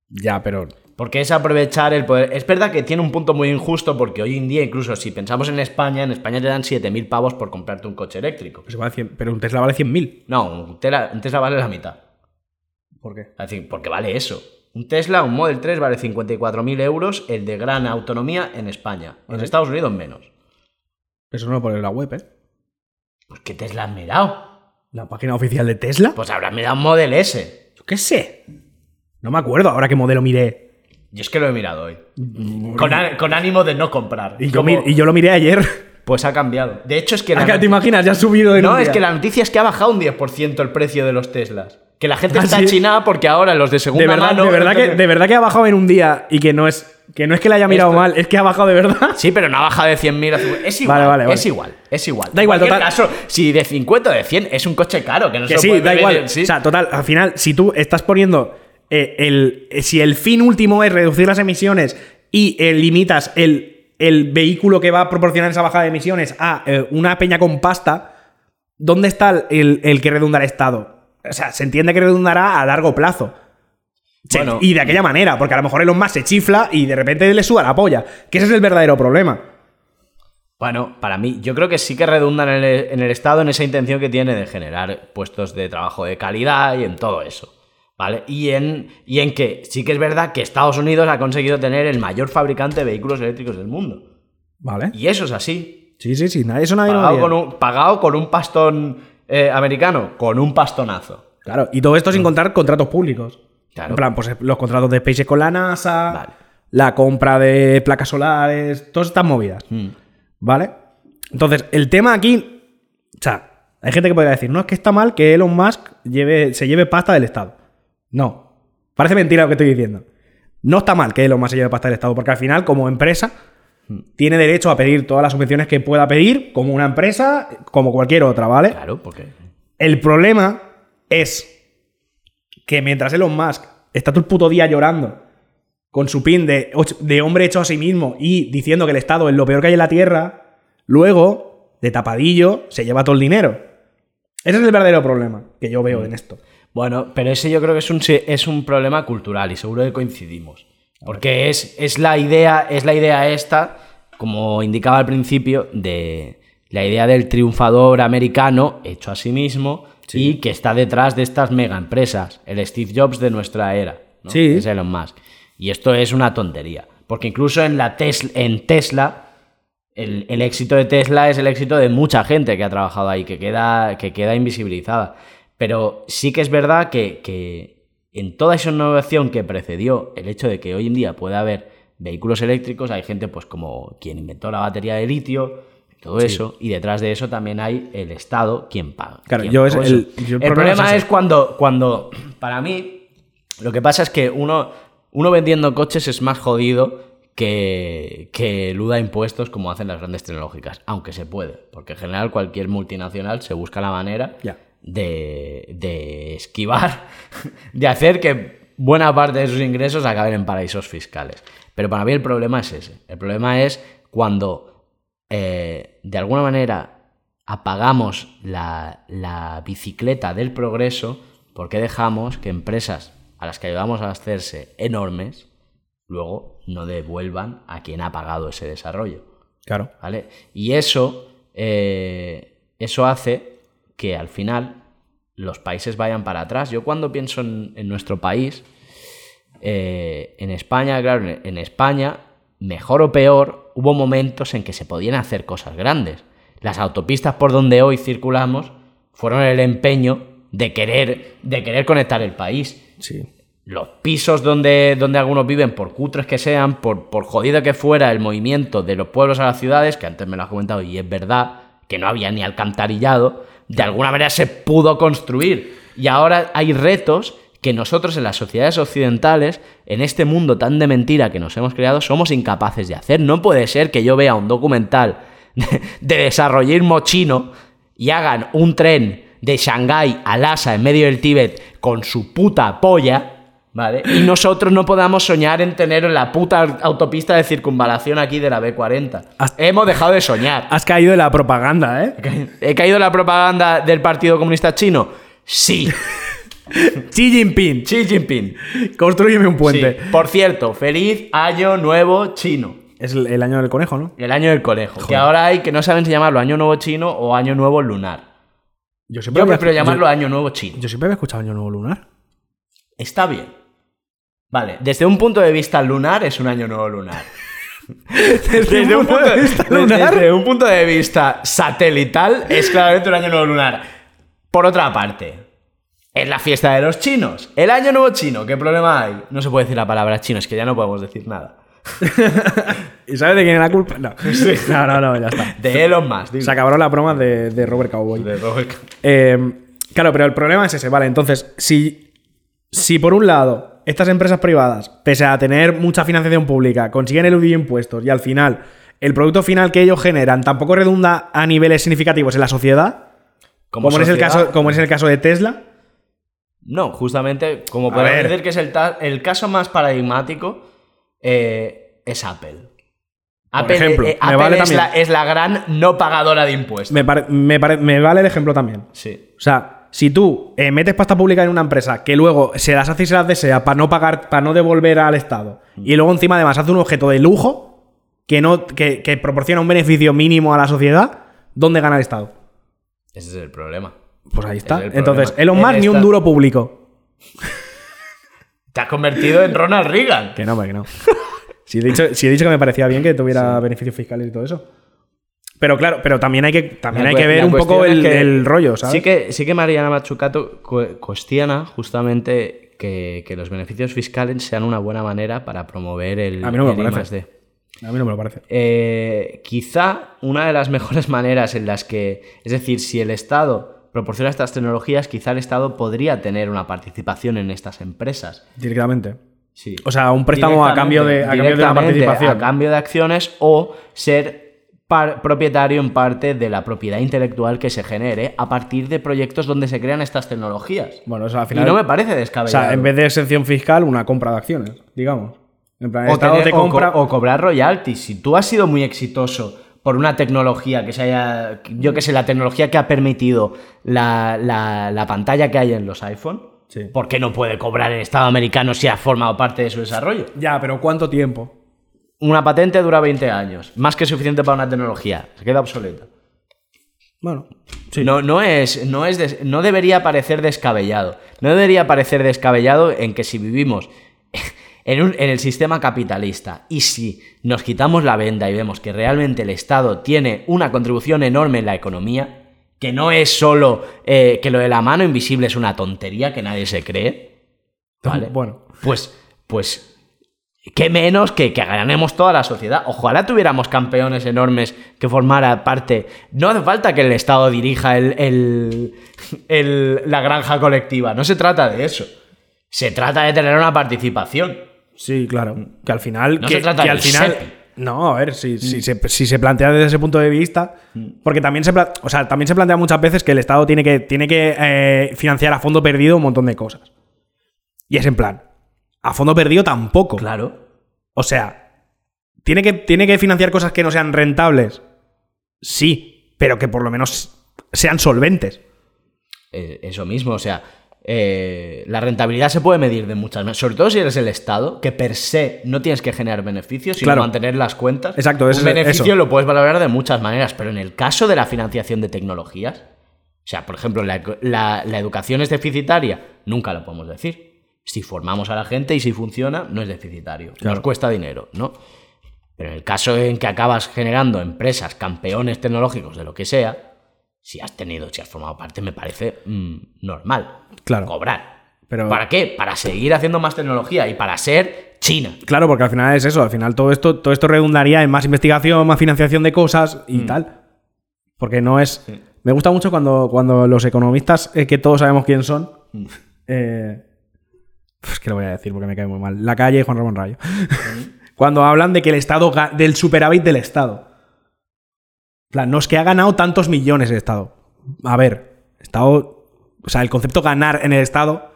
B: Ya, pero.
C: Porque es aprovechar el poder. Es verdad que tiene un punto muy injusto porque hoy en día, incluso si pensamos en España, en España te dan 7.000 pavos por comprarte un coche eléctrico.
B: pues vale 100 pero un Tesla vale 100.000.
C: No, un Tesla, un Tesla vale la mitad.
B: ¿Por qué?
C: Es decir, porque vale eso. Un Tesla, un Model 3 vale 54.000 euros, el de gran autonomía en España. En Estados Unidos menos.
B: Eso no lo pone en la web, ¿eh?
C: Pues ¿qué Tesla has mirado?
B: La página oficial de Tesla.
C: Pues habrás mirado un Model S.
B: Yo qué sé. No me acuerdo ahora qué modelo miré.
C: Yo es que lo he mirado hoy. Con, á- con ánimo de no comprar.
B: Mm, Y yo,
C: Como-
B: mi- y Ah, yo lo miré ayer.
C: Pues ha cambiado. De hecho,
B: *laughs*
C: es que la,
B: Acá, ¿Te imaginas? Ya ha subido. en
C: No,
B: un
C: es
B: día.
C: que la noticia es que ha bajado un 10% el precio de los Teslas. Que la gente
B: ¿Ah,
C: está
B: sí?
C: chinada porque ahora los de segunda
B: De verdad,
C: mano.
B: de, verdad que, de verdad que ha bajado en un día y que no es que, no es que la haya mirado
C: Esto-
B: mal, es que ha bajado de verdad.
C: Sí, pero no ha bajado de 100.000 a 50. Es igual,
B: Vale, vale,
C: es
B: vale.
C: igual, es igual.
B: Da igual,
C: En cualquier
B: total.
C: caso, si de 50 o de 100 es un coche caro, que no se
B: Que
C: lo
B: sí,
C: puede
B: da
C: beber
B: igual.
C: en- sí.
B: O sea, total, al final, si tú estás poniendo eh, el. eh, Si el fin último es reducir las emisiones y eh, limitas el, el vehículo que va a proporcionar esa bajada de emisiones a eh, una peña con pasta, ¿dónde está el, el- el que redundará Estado? O sea, se entiende que redundará a largo plazo. Se-
C: Bueno.
B: y de aquella manera, porque a lo mejor Elon Musk se chifla y de repente le suda la polla. Que ese es el verdadero problema.
C: Bueno, para mí, yo creo que sí que redundan en el, en el Estado en esa intención que tiene de generar puestos de trabajo de calidad y en todo eso. ¿Vale? Y en, y en que sí que es verdad que Estados Unidos ha conseguido tener el mayor fabricante de vehículos eléctricos del mundo.
B: Vale.
C: Y eso es así.
B: Sí, sí, sí. Nadie, eso nadie lo
C: Pagado
B: odia.
C: con un, pagado con un pastón eh, americano, con un pastonazo.
B: Claro, y todo esto sin contar contratos públicos.
C: Claro.
B: En plan, pues los contratos de SpaceX con la NASA,
C: Vale.
B: la compra de placas solares, todas estas movidas.
C: Hmm.
B: ¿Vale? Entonces, el tema aquí. O sea, hay gente que podría decir, no, es que está mal que Elon Musk lleve, se lleve pasta del Estado. No. Parece mentira lo que estoy diciendo. No está mal que Elon Musk se lleve pasta del Estado, porque al final, como empresa,
C: Hmm.
B: tiene derecho a pedir todas las subvenciones que pueda pedir, como una empresa, como cualquier otra, ¿vale?
C: Claro, porque.
B: El problema es que mientras Elon Musk está todo el puto día llorando con su pin de, och- de hombre hecho a sí mismo y diciendo que el Estado es lo peor que hay en la Tierra, luego, de tapadillo, se lleva todo el dinero. Ese es el verdadero problema que yo veo en esto.
C: Bueno, pero ese yo creo que es un, se- es un problema cultural y seguro que coincidimos. Porque es, es, la idea, es la idea esta, como indicaba al principio, de la idea del triunfador americano hecho a sí mismo y que está detrás de estas mega empresas, el Steve Jobs de nuestra era. ¿no?
B: Sí.
C: Es Elon Musk. Y esto es una tontería. Porque incluso en, la Tesla, en Tesla el, el éxito de Tesla es el éxito de mucha gente que ha trabajado ahí, que queda, que queda invisibilizada. Pero sí que es verdad que, que en toda esa innovación que precedió el hecho de que hoy en día pueda haber vehículos eléctricos, hay gente pues como quien inventó la batería de litio, todo eso, y detrás de eso también hay el Estado quien paga.
B: Claro,
C: quien
B: yo es
C: todo
B: el-
C: eso.
B: yo el problema es
C: el problema
B: ese.
C: es cuando, cuando, para mí, lo que pasa es que uno, uno vendiendo coches es más jodido que, que eluda impuestos como hacen las grandes tecnológicas, aunque se puede, porque en general cualquier multinacional se busca la manera
B: Ya.
C: de, de esquivar, *laughs* de hacer que buena parte de sus ingresos acaben en paraísos fiscales. Pero para mí el problema es ese. El problema es cuando eh, de alguna manera apagamos la, la bicicleta del progreso porque dejamos que empresas a las que ayudamos a hacerse enormes luego no devuelvan a quien ha pagado ese desarrollo.
B: Claro.
C: ¿vale? Y eso, eh, eso hace que al final los países vayan para atrás. Yo cuando pienso en, en nuestro país, eh, en España, claro, en, en España, mejor o peor, hubo momentos en que se podían hacer cosas grandes. Las autopistas por donde hoy circulamos fueron el empeño de querer, de querer conectar el país
B: Sí.
C: los pisos donde, donde algunos viven, por cutres que sean, por, por jodido que fuera el movimiento de los pueblos a las ciudades, que antes me lo has comentado y es verdad, que no había ni alcantarillado, de alguna manera se pudo construir. Y ahora hay retos que nosotros en las sociedades occidentales, en este mundo tan de mentira que nos hemos creado, somos incapaces de hacer. No puede ser que yo vea un documental *laughs* de, de desarrollismo chino y hagan un tren de Shanghái a Lhasa en medio del Tíbet con su puta polla. ¿Vale? Y nosotros no podamos soñar en tener la puta autopista de circunvalación aquí de la B40.
B: Has-
C: Hemos dejado de soñar.
B: Has caído en la propaganda, *laughs* ¿eh?
C: ¿He caído en la propaganda del Partido Comunista Chino? *laughs* Sí.
B: Xi Jinping,
C: Xi Jinping.
B: construyeme un puente.
C: Sí. Por cierto, feliz año nuevo chino.
B: Es el, el año del conejo, ¿no?
C: El año del conejo. Que ahora hay que no saben si llamarlo año nuevo chino o año nuevo lunar.
B: Yo siempre
C: Yo prefiero llamarlo
B: yo-
C: año nuevo chino.
B: Yo, siempre había escuchado Año Nuevo Lunar.
C: Está bien. Vale, desde un punto de vista lunar es un año
B: *laughs*
C: nuevo lunar. desde- desde un punto de vista satelital es claramente un año nuevo lunar. Por otra parte, es la fiesta de los chinos. El año nuevo chino, ¿qué problema hay? No se puede decir la palabra chino, es que ya no podemos decir nada.
B: ¿Y sabes de quién es la culpa? *laughs* No. no, no, no, ya está.
C: De Elon Musk, digo.
B: Se acabaron las bromas de, de Robert Cowboy.
C: De Robert.
B: Eh, claro, pero el problema es ese, ¿vale? Entonces, si, si por un lado estas empresas privadas, pese a tener mucha financiación pública, consiguen eludir impuestos y al final el producto final que ellos generan tampoco redunda a niveles significativos en la sociedad, como, es, el
C: sociedad-
B: caso, como es el caso de Tesla,
C: No, justamente, como
B: A
C: podemos
B: ver.
C: decir que es el, ta- el caso más paradigmático, eh, es Apple. Apple,
B: ejemplo,
C: eh,
B: me
C: Apple
B: vale
C: es,
B: también.
C: la, es la gran no pagadora de impuestos.
B: me, pare- me pare- me vale el ejemplo también.
C: Sí.
B: O sea, si tú eh, metes pasta pública en una empresa que luego se las hace y se las desea para no pagar, para no devolver al Estado,
C: Mm.
B: y luego encima además hace un objeto de lujo que no, que, que proporciona un beneficio mínimo a la sociedad, ¿dónde gana el Estado?
C: Ese es el problema.
B: Pues ahí está.
C: Es el
B: Entonces,
C: problema.
B: Elon Musk
C: Él
B: ni un
C: está-
B: duro público.
C: Te has convertido en Ronald Reagan.
B: Que no, hombre, que
C: *laughs*
B: no. si, he dicho, si he dicho que me parecía bien que tuviera beneficios fiscales y todo eso. Pero claro, pero también hay que, también
C: La
B: hay
C: cue-
B: que ver
C: la
B: un poco
C: cuestión
B: el,
C: es que
B: el rollo, ¿sabes?
C: Sí que, sí que Mariana Machucato cu- cuestiona justamente que, que los beneficios fiscales sean una buena manera para promover el,
B: A mí no me
C: el
B: parece.
C: I+D.
B: A mí no me lo parece.
C: Eh, quizá una de las *laughs* mejores maneras en las que, es decir, si el Estado proporciona estas tecnologías, quizá el Estado podría tener una participación en estas empresas.
B: Directamente.
C: Sí.
B: O sea, un préstamo a cambio de- a cambio de una participación.
C: A cambio de acciones o ser par- propietario en parte de la propiedad intelectual que se genere a partir de proyectos donde se crean estas tecnologías.
B: Bueno, eso al final.
C: y no me parece
B: O
C: descabellado.
B: sea, en vez de exención fiscal, una compra de acciones, digamos. En plan, el
C: O,
B: Estado
C: tener-
B: te
C: o co-
B: compra.
C: o cobrar royalties. Si tú has sido muy exitoso por una tecnología que se haya. Yo qué sé, la tecnología que ha permitido la, la- la pantalla que hay en los iPhone,
B: Sí.
C: ¿por qué no puede cobrar el Estado americano si ha formado parte de su desarrollo?
B: Ya, pero ¿cuánto tiempo?
C: Una patente dura 20 años, más que suficiente para una tecnología, se queda obsoleta.
B: Bueno.
C: No, no, es, no, es des- no debería parecer descabellado. No debería parecer descabellado en que si vivimos *laughs* en, un- en el sistema capitalista y si nos quitamos la venda y vemos que realmente el Estado tiene una contribución enorme en la economía, que no es solo eh, que lo de la mano invisible es una tontería que nadie se cree, Vale.
B: Bueno.
C: pues, pues qué menos que, que ganemos toda la sociedad. Ojalá tuviéramos campeones enormes que formara parte. No hace falta que el Estado dirija el, el- el- la granja colectiva. No se trata de eso. Se trata de tener una participación.
B: Sí, claro. Que al final.
C: No
B: que,
C: se trata
B: que
C: del Mm.
B: al final.
C: SEPI.
B: No, a ver, si, si se, si se plantea desde ese punto de vista.
C: Mm.
B: Porque también se, pla- o sea, también se plantea muchas veces que el Estado tiene que, tiene que eh, financiar a fondo perdido un montón de cosas. Y es en plan. A fondo perdido tampoco.
C: Claro.
B: O sea, ¿tiene que, ¿tiene que financiar cosas que no sean rentables? Sí, pero que por lo menos sean solventes.
C: Eh, eso mismo, o sea, eh, la rentabilidad se puede medir de muchas maneras, sobre todo si eres el Estado, que per se no tienes que generar beneficios, sino
B: Claro.
C: mantener las cuentas.
B: Exacto, eso
C: Un
B: es-
C: beneficio
B: eso.
C: lo puedes valorar de muchas maneras, pero en el caso de la financiación de tecnologías, o sea, por ejemplo, la, eco- la- la educación es deficitaria, nunca lo podemos decir. Si formamos a la gente y si funciona, no es deficitario. Nos cuesta dinero, ¿no? Pero en el caso en que acabas generando empresas, campeones tecnológicos de lo que sea, si has tenido, si has formado parte, me parece mm, normal.
B: Claro.
C: Cobrar.
B: Pero-
C: ¿Para qué? Para seguir haciendo más tecnología y para ser China.
B: Claro, porque al final es eso. Al final todo esto, todo esto redundaría en más investigación, más financiación de cosas y tal. Porque no es. Me gusta mucho cuando, cuando los economistas, eh, *laughs* que todos sabemos quién son, eh, Es que lo voy a decir porque me cae muy mal. La calle y Juan Ramón Rayo. *laughs* Cuando hablan de que el Estado. ga- del superávit del Estado. En plan, no es que ha ganado tantos millones el Estado. A ver, Estado. O sea, el concepto ganar en el Estado.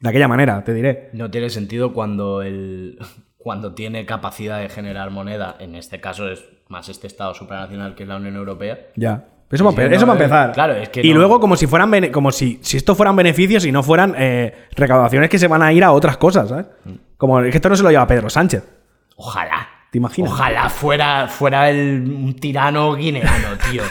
B: De aquella manera, te diré.
C: No tiene sentido cuando el *laughs* cuando tiene capacidad de generar moneda, en este caso es más este estado supranacional que es la Unión Europea.
B: Ya. Eso va,
C: Sí,
B: a empe-
C: no,
B: eso va a
C: eh,
B: empezar.
C: claro, es que
B: y
C: no-
B: luego, como si fueran bene- como si, si esto fueran beneficios y no fueran eh, recaudaciones que se van a ir a otras cosas, ¿sabes?
C: Mm.
B: Como es que esto no se lo lleva Pedro Sánchez.
C: Ojalá.
B: ¿Te imaginas?
C: Ojalá fuera, fuera el, un tirano guineano,
B: *laughs*
C: tío.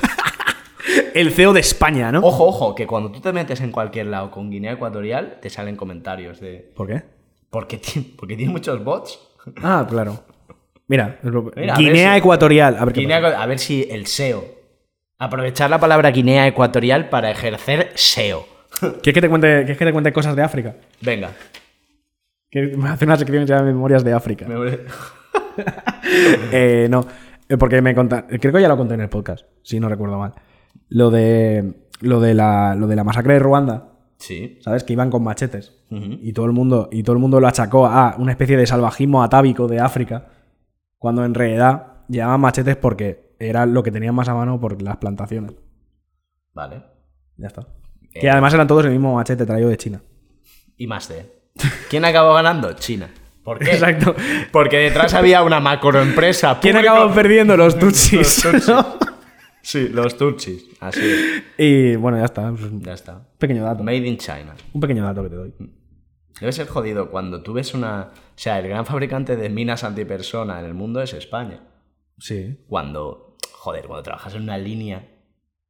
B: El CEO de España, ¿no?
C: Ojo, ojo, que cuando tú te metes en cualquier lado con Guinea Ecuatorial, te salen comentarios de.
B: ¿Por qué?
C: ¿Por qué, ti- *laughs* por qué tiene muchos bots?
B: Ah, claro. Mira, es lo-
C: Mira, a
B: Guinea
C: ver si-
B: Ecuatorial. A ver qué
C: Guinea Ecua- a ver si el SEO. Aprovechar la palabra Guinea Ecuatorial para ejercer E SEO.
B: pasa. ¿Quieres que te cuente, quieres que te cuente cosas de África?
C: Venga.
B: Que me hace una sección que se llama Memorias de África.
C: Me-
B: Eh, no, eh, porque me contan. Creo que ya lo conté en el podcast, si no recuerdo mal. Lo de. Lo de la, lo de la masacre de Ruanda.
C: Sí.
B: ¿sabes? Que iban con machetes.
C: Ujú.
B: Y todo el mundo, y todo el mundo lo achacó a una especie de salvajismo atávico de África. Cuando en realidad llevaban machetes porque era lo que tenían más a mano por las plantaciones.
C: Vale.
B: Ya está.
C: Eh.
B: Que además eran todos el mismo machete traído de China.
C: Y más de. ¿Quién acabó ganando? China. ¿Por qué? *laughs*
B: Exacto.
C: Porque detrás había una macroempresa.
B: *laughs* ¿Quién
C: público-
B: acabó perdiendo? Los
C: Los
B: tutsis.
C: tutsis.
B: ¿no?
C: Sí, los turchis. Así.
B: *laughs* Y bueno, ya está. Pues un
C: Ya está.
B: pequeño dato.
C: Made in China.
B: Un pequeño dato que te doy.
C: Mm. Debe ser jodido cuando tú ves una. O sea, el gran fabricante de minas antipersona en el mundo es España.
B: Sí.
C: Cuando. Joder, cuando trabajas en una línea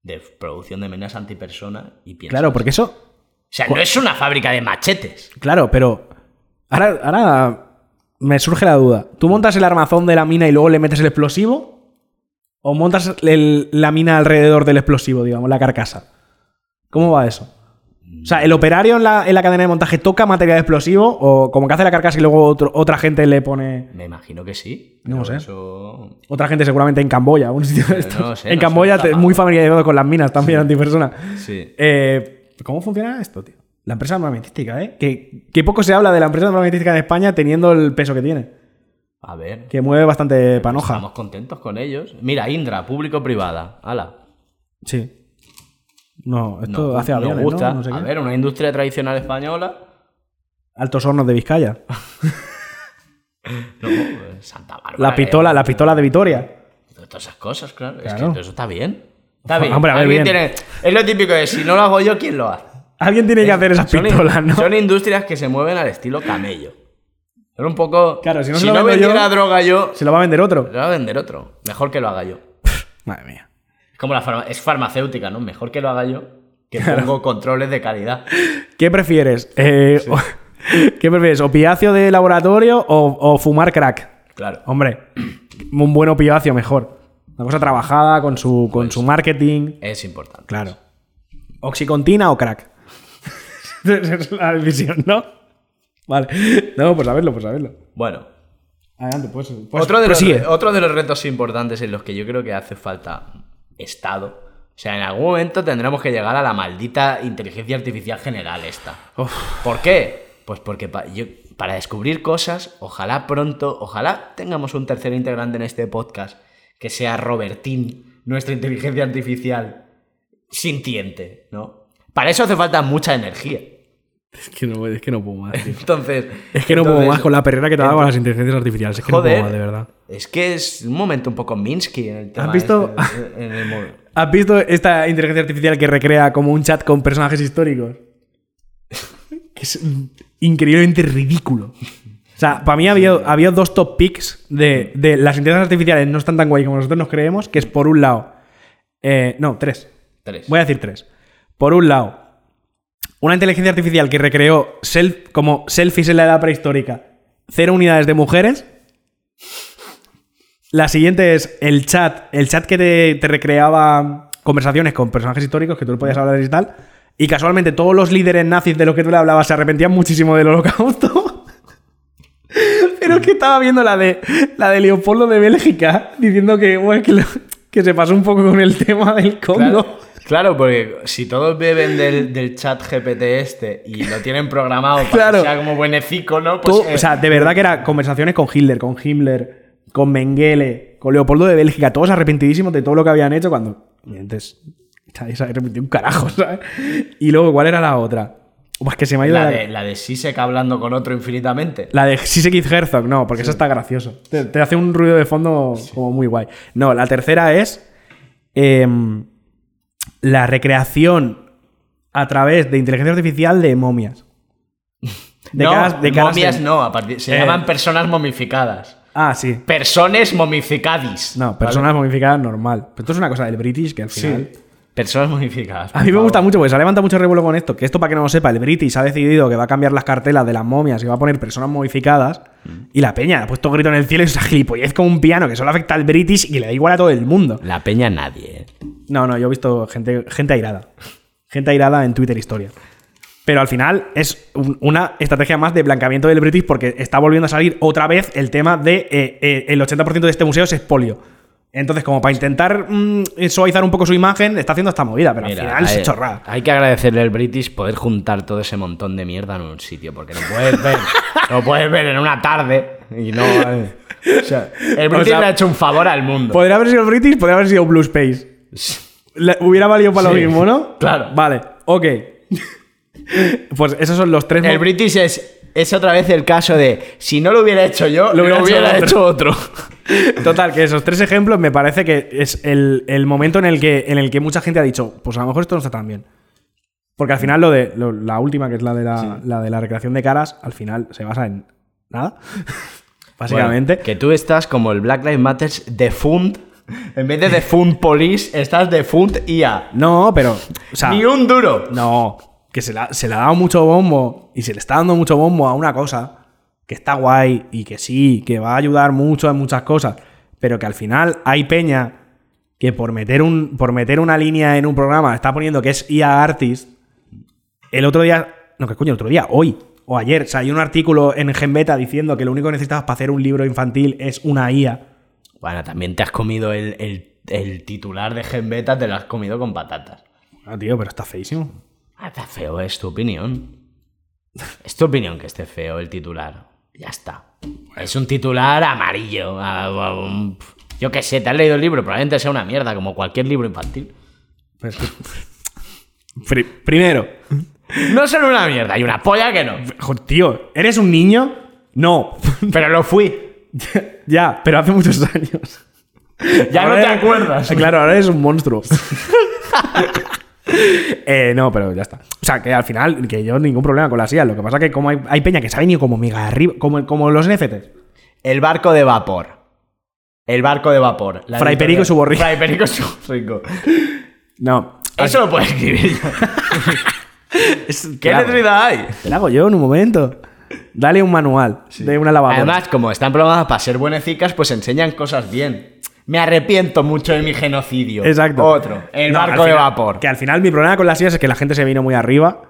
C: de producción de minas antipersona y piensas.
B: Claro, porque eso.
C: O sea, no es una fábrica de machetes.
B: Claro, pero. Ahora, ahora me surge la duda. ¿Tú montas el armazón de la mina y luego le metes el explosivo? ¿O montas el- la mina alrededor del explosivo, digamos, la carcasa? ¿Cómo va eso? O sea, ¿el operario en la, en la cadena de montaje toca material explosivo o como que hace la carcasa y luego otro- otra gente le pone...
C: Me imagino que sí.
B: No
C: pero
B: sé.
C: Eso.
B: Otra gente seguramente en Camboya, un sitio de estos.
C: no sé,
B: en
C: no
B: Camboya
C: sé,
B: te-
C: capaz.
B: muy familiarizado con las minas también, antipersona.
C: Sí.
B: Eh, ¿Cómo funciona esto, tío? La empresa armamentística, ¿eh? Que, que poco se habla de la empresa armamentística en España teniendo el peso que tiene.
C: A ver.
B: Que mueve bastante panoja.
C: Estamos contentos con ellos. Mira, Indra, público-privada. Ala.
B: Sí. No, esto
C: Nos-
B: hace
C: nos
B: aviones, ¿no?
C: gusta.
B: No sé
C: A
B: qué.
C: ver, una industria tradicional española.
B: Altos hornos de
C: *laughs*
B: Vizcaya.
C: No, eh, Santa Bárbara.
B: La pistola,
C: eh,
B: la pistola de Vitoria.
C: Todas esas cosas, claro. Es que
B: Claro.
C: todo eso está bien. Está bien.
B: Hombre, a ver,
C: Alguien
B: bien.
C: tiene- es lo típico de si no lo hago yo, ¿quién lo hace?
B: Alguien tiene que
C: Eh,
B: hacer esas
C: Son in-
B: pistolas, ¿no?
C: Son industrias que se mueven al estilo camello. Son un poco.
B: Claro, si no se lo vendo
C: vendiera
B: yo-
C: droga yo,
B: Se lo va a vender otro.
C: lo va a vender otro. Mejor que lo haga yo.
B: Madre mía.
C: Es como la farma- es farmacéutica, ¿no? Mejor que lo haga yo que pongo controles de calidad.
B: ¿Qué prefieres? Eh, *laughs* ¿Qué prefieres? ¿Opiáceo de laboratorio o, o fumar crack?
C: Claro.
B: Hombre, un buen opiáceo mejor. Una cosa trabajada con su, con su marketing.
C: Es importante.
B: Claro. ¿Oxicontina o crack? Esa *laughs* es la decisión, ¿no? Vale. No, pues a verlo, pues a verlo.
C: Bueno,
B: Adelante, pues.
C: otro, de los,
B: prosigue.
C: otro de los retos importantes en los que yo creo que hace falta Estado. O sea, en algún momento tendremos que llegar a la maldita inteligencia artificial general esta. ¿Por qué? Pues porque pa- yo- para descubrir cosas, ojalá pronto, ojalá tengamos un tercer integrante en este podcast que sea Robertín, nuestra inteligencia artificial sintiente, ¿no? Para eso hace falta mucha energía. *laughs*
B: Es que no, es que no puedo más, tío.
C: Entonces,
B: Es que no puedo
C: entonces-
B: más con la perrera que te ha dado con las inteligencias artificiales. Es que no puedo
C: Joder,
B: más, de verdad.
C: Es que es un momento un poco Minsky en el tema.
B: visto?
C: este, en el mo-
B: ¿Has visto esta inteligencia artificial que recrea como un chat con personajes históricos? *laughs* que es mm, increíblemente ridículo. O sea, para mí había, había dos top picks de, de las inteligencias artificiales no están tan guay como nosotros nos creemos, que es por un lado... eh, no, tres.
C: Tres.
B: Voy a decir tres. Por un lado, una inteligencia artificial que recreó self, como selfies en la edad prehistórica, cero unidades de mujeres. La siguiente es el chat, el chat que te, te recreaba conversaciones con personajes históricos que tú le podías hablar y tal. Y casualmente todos los líderes nazis de los que tú le hablabas se arrepentían muchísimo del holocausto. *laughs* Pero es que estaba viendo la de la de Leopoldo de Bélgica diciendo que, bueno, que lo- que se pasó un poco con el tema del Congo.
C: Claro, claro, porque si todos beben del, del chat GPT este y lo tienen programado para
B: Claro.
C: que sea como buenecico, ¿no? Pues,
B: Todo-
C: eh,
B: o sea, de verdad que era conversaciones con Hitler, con Himmler, con Mengele, con Leopoldo de Bélgica, todos arrepentidísimos de todo lo que habían hecho cuando. Entonces, nadie se arrepintió un carajo, *laughs* ¿sabes? Y luego, ¿cuál era la otra? Pues que se me ha ido
C: la, de, la de Sisek hablando con otro infinitamente.
B: La de Sisekid Herzog, no, porque eso está gracioso. Te, te hace un ruido de fondo como muy guay. No, la tercera es em, la recreación a través de inteligencia artificial de momias. De
C: no,
B: caras- de caras
C: momias
B: en-
C: no, a partir, se
B: Eh.
C: llaman personas momificadas.
B: Ah, sí.
C: Personas momificadis.
B: No,
C: ¿vale?
B: personas momificadas normal. Pero esto es una cosa del British que al final.
C: Personas momificadas. por
B: A mí me
C: favor.
B: gusta mucho porque se ha levantado mucho revuelo con esto. Que esto, para que no lo sepa, el British ha decidido que va a cambiar las cartelas de las momias y va a poner personas modificadas. Y la peña ha puesto grito en el cielo y es una gilipollez como un piano que solo afecta al British y que le da igual a todo el mundo.
C: La peña nadie. ¿eh?
B: No, no, yo he visto gente, gente airada. Gente airada en Twitter historia. Pero al final es un- una estrategia más de blanqueamiento del British porque está volviendo a salir otra vez el tema de eh, eh, el 80% de este museo es expolio. Entonces, como para intentar mm, suavizar un poco su imagen, está haciendo esta movida, pero
C: Mira,
B: al final
C: hay-
B: es chorrada.
C: Hay que agradecerle al British poder juntar todo ese montón de mierda en un sitio, porque lo puedes ver, lo puedes ver en una tarde y no. eh. O sea,
B: sea,
C: el British
B: pues,
C: le ha hecho un favor al mundo.
B: Podría haber sido el British, podría haber sido Blue Space. Le- hubiera valido para
C: Sí,
B: lo mismo, ¿no?
C: claro.
B: Vale, ok. *laughs* pues esos son los tres.
C: El
B: mo-
C: British es, es otra vez el caso de si no lo hubiera hecho yo, lo hubiera, hecho, otro.
B: Total, que esos tres ejemplos me parece que es el, el momento en el, que, en el que mucha gente ha dicho, pues a lo mejor esto no está tan bien. Porque al final lo de lo- la última, que es la de la, la de la recreación de caras, al final se basa en nada. *laughs* *laughs* Básicamente.
C: Bueno, que tú estás como el Black Lives Matter de Fund. En vez de de Fund Police, estás de Fund IA.
B: no, pero. O sea,
C: Ni un duro.
B: No, que se, la- se le ha dado mucho bombo y se le está dando mucho bombo a una cosa que está guay y que sí, que va a ayudar mucho en muchas cosas, pero que al final hay peña que por meter, un, por meter una línea en un programa está poniendo que es IA Artist. El otro día, no, que coño, el otro día, hoy o ayer, o sea, hay un artículo en Genbeta diciendo que lo único que necesitas para hacer un libro infantil es una IA.
C: Bueno, también te has comido el, el- el titular de Genbeta, te lo has comido con patatas.
B: Ah, tío, pero está feísimo.
C: Ah, Está feo, es tu opinión. Es tu opinión que esté feo el titular. Ya está. Es un titular amarillo. ah, ah, um, pf. Yo qué sé, te has leído el libro, probablemente sea una mierda, como cualquier libro infantil.
B: Pero es que- Pri- Primero,
C: No son una mierda, hay una polla que no.
B: Joder, tío, ¿eres un niño? No. *laughs*
C: Pero lo fui.
B: ya, pero hace muchos años.
C: Ya no
B: Ahora
C: te
B: eres-
C: acuerdas.
B: Claro, ahora eres un monstruo. *laughs* Eh, no, pero ya está. O sea, que al final, que yo ningún problema con la IA. Lo que pasa que como hay, hay peña que se ha venido como mega arriba, como, como los NFTs.
C: El barco de vapor. El barco de vapor. La
B: Fray
C: editorial-
B: Perico y su borrico.
C: Fray Perico y su borrico.
B: No.
C: Eso lo puedes escribir. ¿Qué *laughs*
B: Claro.
C: necesidad hay?
B: Te la hago yo en un momento. Dale un manual de una lavadora.
C: Además, como están programadas para ser buenecicas, pues enseñan cosas bien. Me arrepiento mucho de mi genocidio.
B: Exacto.
C: Otro. El
B: No, al
C: barco de
B: final-
C: vapor.
B: Que al final mi problema con las IAs es que la gente se vino muy arriba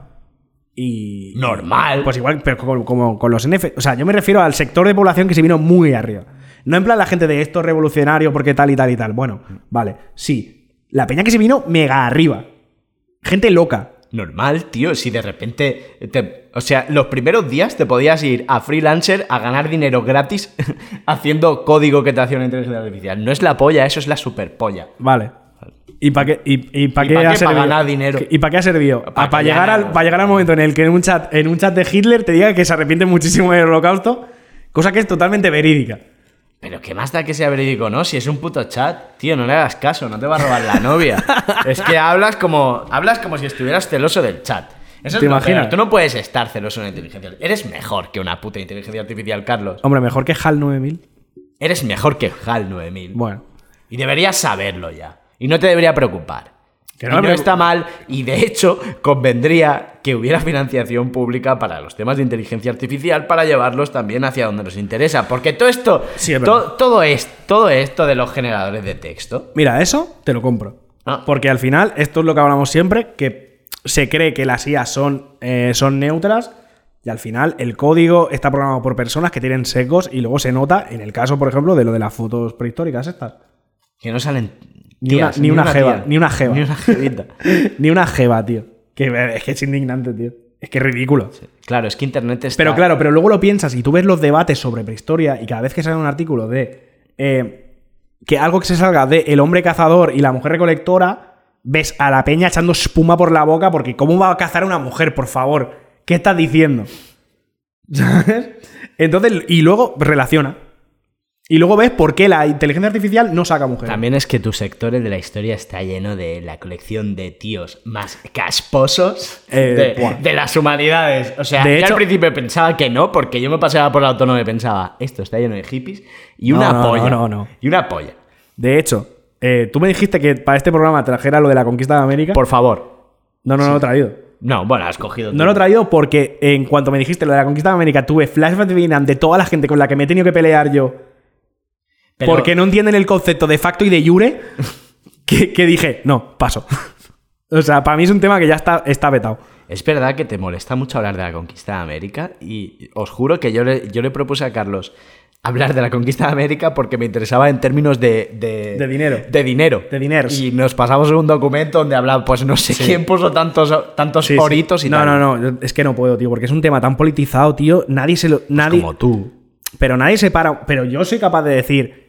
B: y...
C: Normal.
B: Pues igual, pero como, como con los NF. O sea, yo me refiero al sector de población que se vino muy arriba. No en plan la gente de esto es revolucionario porque tal y tal y tal. Bueno, vale, sí. La peña que se vino mega arriba. Gente loca.
C: Normal, tío. Si de repente. te- o sea, los primeros días te podías ir a freelancer a ganar dinero gratis *laughs* haciendo código que te hacía una inteligencia artificial. No es la polla, eso es la superpolla.
B: Vale. ¿Y para qué, y, y pa
C: ¿Y
B: qué
C: pa' qué?
B: ha
C: Pa'
B: servido?
C: ganar dinero.
B: ¿Y para qué ha servido?
C: Pa'
B: Ah, pa'
C: que
B: llegar,
C: ya-
B: al, pa' llegar al momento en el que en un, chat, en un chat de Hitler te diga que se arrepiente muchísimo del holocausto, cosa que es totalmente verídica.
C: Pero qué más da que sea verídico, ¿no? Si es un puto chat, tío, no le hagas caso, no te va a robar la
B: *laughs*
C: novia. es que hablas como, hablas como si estuvieras celoso del chat. Eso
B: ¿Te
C: es lo
B: imaginas?
C: peor. Tú no puedes estar celoso de una inteligencia artificial. Eres mejor que una puta inteligencia artificial, Carlos.
B: Hombre, mejor que HAL 9000.
C: Eres mejor que HAL 9000.
B: Bueno.
C: Y deberías saberlo ya. Y no te debería preocupar.
B: Que
C: Y
B: no
C: no
B: me preocup-
C: está mal. Y de hecho, convendría que hubiera financiación pública para los temas de inteligencia artificial para llevarlos también hacia donde nos interesa. Porque todo esto,
B: Sí, es
C: to-
B: verdad.
C: todo, es, todo esto de los generadores de texto.
B: Mira, eso te lo compro.
C: Ah.
B: Porque al final, esto es lo que hablamos siempre, que se cree que las IA son, eh, son neutras y al final el código está programado por personas que tienen sesgos y luego se nota en el caso, por ejemplo, de lo de las fotos prehistóricas estas.
C: Que no salen
B: Ni una-
C: tías,
B: ni una jeva,
C: tía,
B: ni una jeva.
C: Ni una jevita.
B: *laughs* Ni una jeva, tío. Que, es que es indignante, tío. Es que es ridículo.
C: claro, es que internet está...
B: Pero claro, pero luego lo piensas y tú ves los debates sobre prehistoria y cada vez que sale un artículo de eh, que algo que se salga de el hombre cazador y la mujer recolectora, ves a la peña echando espuma por la boca porque ¿cómo va a cazar una mujer, por favor? ¿Qué estás diciendo? *laughs* ¿Sabes? Entonces, y luego relaciona. Y luego ves por qué la inteligencia artificial no saca mujeres.
C: También es que tu sector, el de la historia, está lleno de la colección de tíos más casposos
B: Eh, buah.
C: de, de las humanidades. O sea,
B: De
C: yo
B: hecho-
C: al principio pensaba que no, porque yo me paseaba por la autónoma y pensaba, esto está lleno de hippies y
B: No,
C: una
B: no, no,
C: polla.
B: no, no.
C: Y una polla.
B: De hecho, eh, tú me dijiste que para este programa trajera lo de la conquista de América.
C: Por favor.
B: No, no, no lo he traído.
C: No, bueno, has cogido.
B: No lo he traído porque en cuanto me dijiste lo de la conquista de América, tuve flashbacks de Vietnam de toda la gente con la que me he tenido que pelear yo. Porque no entienden el concepto de facto y de jure. Que, que dije, no, paso. *laughs* o sea, para mí es un tema que ya está, está vetado.
C: Es verdad que te molesta mucho hablar de la conquista de América y os juro que yo le, yo le propuse a Carlos hablar de la conquista de América porque me interesaba en términos de... De,
B: De dinero.
C: De dinero.
B: De diners.
C: Y nos pasamos un documento donde hablaba, pues no sé quién puso tantos, tantos
B: Sí, sí.
C: oritos y
B: no,
C: tal.
B: No, no, es que no puedo, tío, porque es un tema tan politizado, tío. Nadie se lo. Nadie,
C: Como tú.
B: Pero nadie se para. Pero yo soy capaz de decir.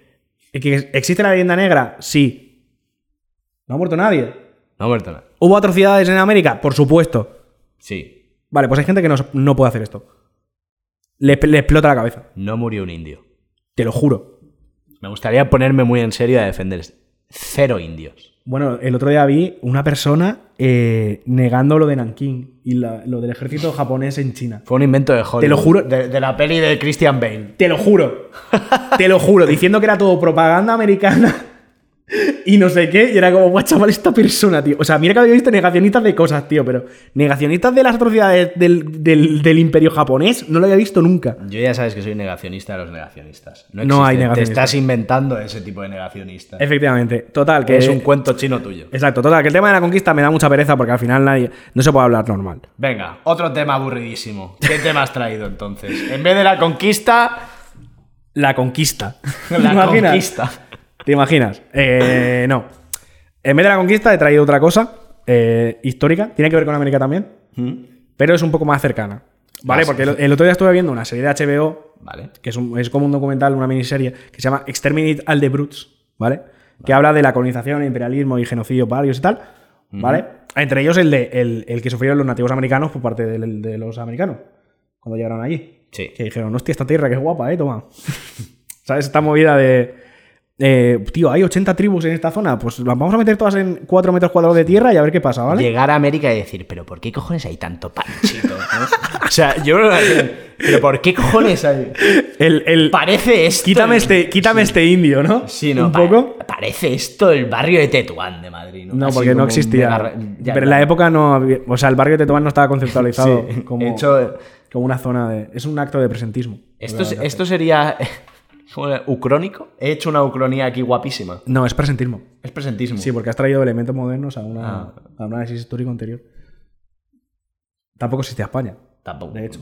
B: ¿que ¿Existe la leyenda negra? Sí. ¿No ha muerto nadie?
C: No ha muerto nada.
B: ¿Hubo atrocidades en América? Por supuesto.
C: Sí.
B: Vale, pues hay gente que no, no puede hacer esto. Le, le explota la cabeza.
C: No murió un indio.
B: Te lo juro.
C: Me gustaría ponerme muy en serio a defender esto. cero indios.
B: Bueno, el otro día vi una persona eh, negando lo de Nankín y la- lo del ejército japonés en China.
C: Fue un invento de Hollywood.
B: lo juro.
C: De, de la peli de Christian Bale.
B: Te lo juro. Te lo juro. Diciendo que era todo propaganda americana *laughs* y no sé qué. Y era como, guau, chaval, esta persona, tío. O sea, mira que había visto negacionistas de cosas, tío. Pero negacionistas de las atrocidades del, del- del imperio japonés no lo había visto nunca.
C: Yo ya sabes que soy negacionista de los negacionistas.
B: No
C: No, existe.
B: hay
C: Te
B: negacionistas.
C: estás inventando ese tipo de negacionista.
B: Efectivamente. Total, que
C: Que es un cuento chino tuyo.
B: Exacto, total, que el tema de la conquista me da mucha pereza porque al final nadie, no se puede hablar normal.
C: Venga, otro tema aburridísimo. ¿Qué tema has traído entonces? En vez de la conquista,
B: La conquista. *laughs* ¿Te
C: la
B: imaginas?
C: conquista.
B: ¿Te imaginas? Eh, no. En vez de la conquista he traído otra cosa eh, histórica, tiene que ver con América también,
C: ¿Mm?
B: pero es un poco más cercana. ¿Vale?
C: Ah, sí,
B: porque el,
C: sí.
B: el otro día estuve viendo una serie de HBO
C: Vale.
B: que es, un- es como un documental, una miniserie, que se llama Exterminate all the Brutes, ¿vale? Que habla de la colonización, el imperialismo y genocidio varios y tal, ¿vale? Entre ellos el, de, el, el que sufrieron los nativos americanos por parte del- de, los americanos, cuando llegaron allí.
C: Sí.
B: Que dijeron, hostia, esta tierra que es guapa, ¿eh? Toma. *laughs* ¿Sabes? Esta movida de... eh, tío, hay 80 tribus en esta zona, pues las vamos a meter todas en 4 metros cuadrados de tierra y a ver qué pasa, ¿vale?
C: Llegar a América y decir, pero ¿por qué cojones hay tanto
B: *laughs*
C: panchito? no?" o sea, yo no lo Pero ¿por qué cojones hay?
B: El, el-
C: Parece esto.
B: quítame
C: el-
B: este, quítame este indio, ¿no?
C: Sí, no,
B: Un
C: pa-
B: poco.
C: Parece esto el barrio de Tetuán de Madrid, ¿no?
B: No,
C: Así
B: porque
C: como
B: no
C: un
B: existía.
C: mega- ya,
B: pero en
C: ya.
B: la época no había. O sea, el barrio de Tetuán no estaba conceptualizado
C: *laughs*
B: *laughs*
C: Sí,
B: como,
C: he hecho-
B: como una zona de. Es un acto de presentismo.
C: Esto, es- esto sería. *laughs* ¿cómo era? ¿Ucrónico? He hecho una ucronía aquí guapísima.
B: No, es presentismo.
C: Es presentismo.
B: Sí, porque has traído elementos modernos a, una,
C: Ah.
B: a un análisis histórico anterior. Tampoco existía España.
C: Tampoco.
B: De hecho.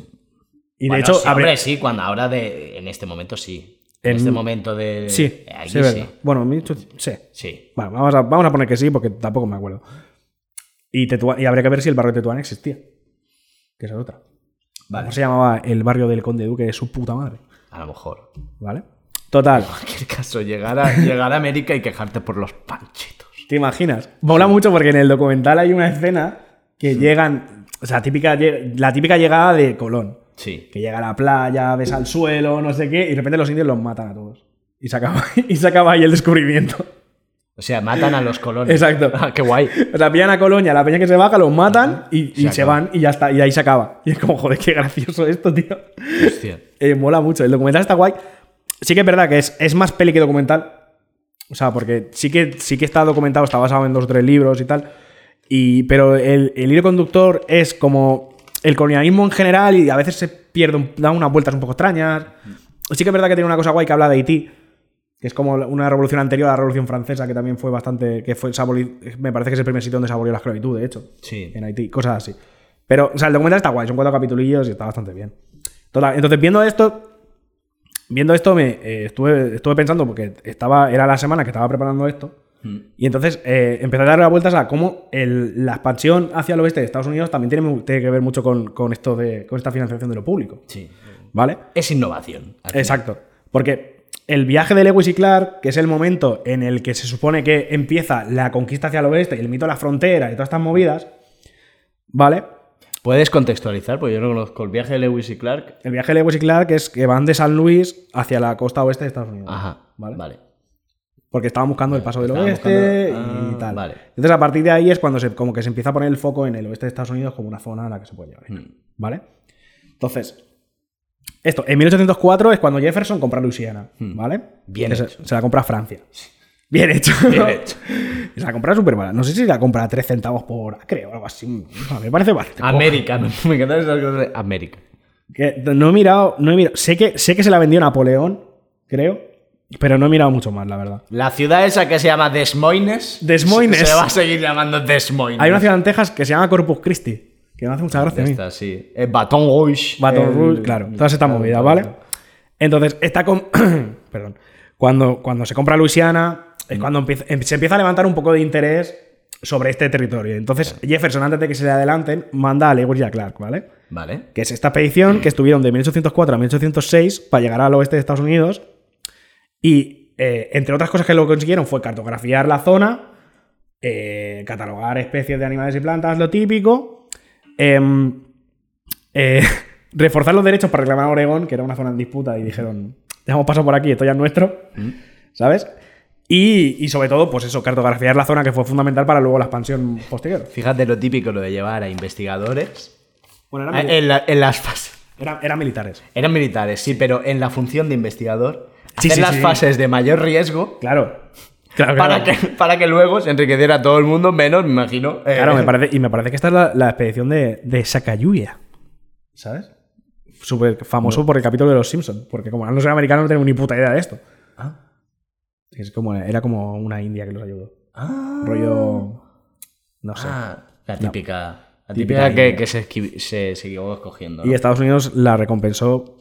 B: Y
C: Bueno,
B: de hecho,
C: sí,
B: habría-
C: hombre, sí, cuando ahora de. En este momento sí. En,
B: En-
C: este momento de.
B: sí,
C: Aquí
B: sí,
C: sí.
B: verdad. Bueno, me he dicho- sí.
C: Sí.
B: Bueno, vamos a, vamos a poner que sí, porque tampoco me acuerdo. Y, Tetuán- y habría que ver si el barrio de Tetuán existía. Que esa es otra.
C: Vale.
B: ¿Cómo se llamaba el barrio del Conde Duque de su puta madre?
C: A lo mejor. En
B: ¿Vale? Total.
C: cualquier caso, llegar a, *laughs* llegar a América y quejarte por los panchitos.
B: ¿Te imaginas? Mola mucho porque en el documental hay una escena que llegan, o sea, típica, lle- la típica llegada de Colón.
C: Sí.
B: Que llega a la playa, ves al suelo, no sé qué, y de repente los indios los matan a todos. Y se acaba, *laughs* y se acaba ahí el descubrimiento.
C: O sea, matan a los colonos.
B: Exacto.
C: Ah, qué guay.
B: O sea, pillan a Colón y a la peña que se baja, los matan y, y
C: Se
B: se,
C: acaba.
B: van y ya está, y ahí se acaba. Y es como, joder, qué gracioso esto, tío.
C: Hostia.
B: Eh, mola mucho, el documental está guay. Sí que es verdad que es, es más peli que documental, o sea, porque sí que, sí que está documentado, está basado en dos o tres libros y tal. Y, pero el, el hilo conductor es como el colonialismo en general y a veces se pierde, un- da unas vueltas un poco extrañas. Sí que es verdad que tiene una cosa guay que habla de Haití, que es como la- una revolución anterior a la revolución francesa, que también fue bastante. que fue se aboli- me parece que es el primer sitio donde se abolió la esclavitud, de hecho.
C: Sí.
B: En Haití, cosas así. Pero, o sea, el documental está guay, son cuatro capitulillos y está bastante bien. Total, entonces viendo esto, viendo esto me eh, estuve, estuve pensando, porque estaba, era la semana que estaba preparando esto, y entonces eh, empecé a darle vueltas a cómo el- la expansión hacia el oeste de Estados Unidos también tiene, mu- tiene que ver mucho con, con esto de, con esta financiación de lo público.
C: Sí.
B: ¿Vale?
C: Es innovación. al final.
B: Exacto. Porque el viaje de Lewis y Clark, que es el momento en el que se supone que empieza la conquista hacia el oeste y el mito de la frontera y todas estas movidas, ¿vale?
C: ¿Puedes contextualizar? Porque yo no conozco el viaje de Lewis y Clark.
B: El viaje de Lewis y Clark es que van de San Luis hacia la costa oeste de Estados Unidos.
C: Ajá.
B: ¿Vale?
C: Vale.
B: Porque estaban buscando el paso del
C: Ah, Estaban
B: oeste
C: buscando-
B: y
C: ah,
B: tal.
C: vale.
B: Entonces, a partir de ahí es cuando se, como que se empieza a poner el foco en el oeste de Estados Unidos como una zona a la que se puede llegar.
C: Mm.
B: ¿Vale? Entonces, esto, en 1804 es cuando Jefferson compra Luisiana, ¿vale?
C: Mm. Bien
B: Que se-
C: hecho.
B: Se, la compra a
C: *laughs*
B: Francia. Bien hecho.
C: Bien hecho.
B: Y *laughs* se la compra súper barata. No sé si la compra a 3 centavos por acre o algo así. O sea, me parece bastante.
C: América. Me *laughs* me encantan esas cosas de América.
B: Que no he mirado, no he mirado. Sé que, sé que se la vendió Napoleón, creo, pero no he mirado mucho más, la verdad.
C: La ciudad esa que se llama Des Moines.
B: Des Moines.
C: Se va a seguir llamando Des Moines.
B: Hay una ciudad en Texas que se llama Corpus Christi, que me hace mucha gracia a mí.
C: Esta, sí. Eh, Baton Rouge.
B: Baton
C: El-
B: Rouge, claro, todas estas
C: claro,
B: movidas,
C: claro.
B: ¿vale? Entonces, está con. *coughs* Perdón. Cuando, cuando se compra Luisiana, es cuando empieza- em- se empieza a levantar un poco de interés sobre este territorio. Entonces, Jefferson, antes de que se le adelanten, manda a Lewis y a Clark, ¿vale?
C: Vale.
B: Que es esta expedición que estuvieron de 1804 a 1806 para llegar al oeste de Estados Unidos. Y eh, entre otras cosas que lo consiguieron fue cartografiar la zona, eh, catalogar especies de animales y plantas, lo típico. em, eh, *laughs* reforzar los derechos para reclamar Oregón, que era una zona en disputa, y dijeron, dejamos paso por aquí, esto ya es nuestro, ¿sabes? Y, y sobre todo, pues eso, cartografiar la zona que fue fundamental para luego la expansión posterior.
C: Fíjate lo típico lo de llevar a investigadores.
B: Bueno,
C: Ah, En, la- en las fases.
B: eran- eran militares.
C: Eran militares, sí, pero en la función de investigador.
B: Sí,
C: hacer
B: sí,
C: las
B: sí.
C: fases de mayor riesgo
B: Claro. Claro,
C: para
B: claro.
C: que, para que luego se enriqueciera todo el mundo, menos, me imagino. eh,
B: Claro, me parece, y me parece que esta es la, la expedición de, de Sacayuya.
C: ¿Sabes?
B: Súper famoso por el capítulo de los Simpsons. Porque como eran los americanos, no tenemos ni puta idea de esto. Es como, era como una india que los ayudó.
C: Ah,
B: Rollo. No sé.
C: ah, la típica. La
B: Típica
C: típica, que,
B: idea.
C: que se, esqui- se siguió escogiendo. ¿no?
B: Y Estados Unidos la recompensó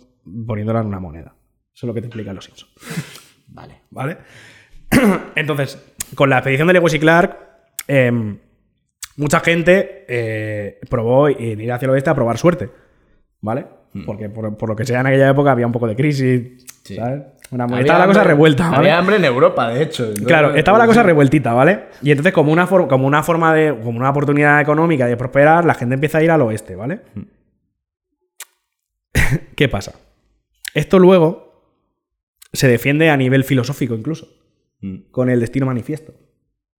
B: poniéndola en una moneda. Eso es lo que te explican los Simpsons.
C: Vale.
B: ¿Vale? *clears throat* Entonces, con la expedición de Lewis y Clark, em, mucha gente eh, probó en ir hacia el oeste a probar suerte. ¿Vale? Porque por, por lo que sea en aquella época había un poco de crisis.
C: Hmm. Sí.
B: ¿sabes? Una,
C: Había
B: estaba la
C: hambre-
B: cosa revuelta. ¿vale?
C: Había hambre en Europa, de hecho. entonces-
B: Claro, estaba
C: eh,
B: la cosa revueltita, ¿vale? Y entonces, como una, for- como una forma de. como una oportunidad económica de prosperar, la gente empieza a ir al oeste, ¿vale? *laughs* ¿Qué pasa? Esto luego se defiende a nivel filosófico, incluso,
C: Mm.
B: con el destino manifiesto.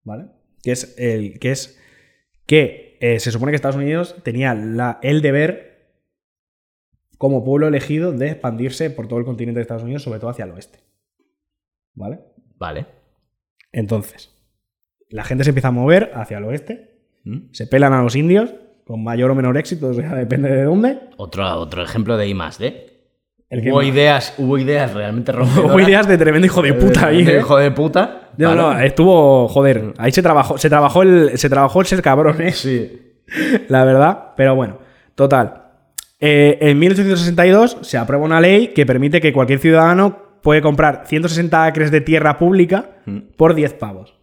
B: ¿Vale? Que es el. que es. que eh, se supone que Estados Unidos tenía la- el deber como pueblo elegido de expandirse por todo el continente de Estados Unidos, sobre todo hacia el oeste. ¿Vale?
C: Vale.
B: Entonces, la gente se empieza a mover hacia el oeste,
C: Mm.
B: se pelan a los indios, con mayor o menor éxito, o sea, depende de dónde.
C: Otro, otro ejemplo de I más D.
B: El que
C: Hubo
B: más-
C: ideas, hubo ideas realmente rompedoras.
B: Hubo ideas de tremendo hijo de puta ahí.
C: De
B: ¿eh?
C: Hijo de puta.
B: No, no, eh.
C: Vale.
B: estuvo, joder, ahí se trabajó, se trabajó el, se trabajó el ser cabrones.
C: Sí.
B: *laughs* la verdad. Pero bueno, total. Eh, en 1862 se aprueba una ley que permite que cualquier ciudadano puede comprar 160 acres de tierra pública por 10 pavos.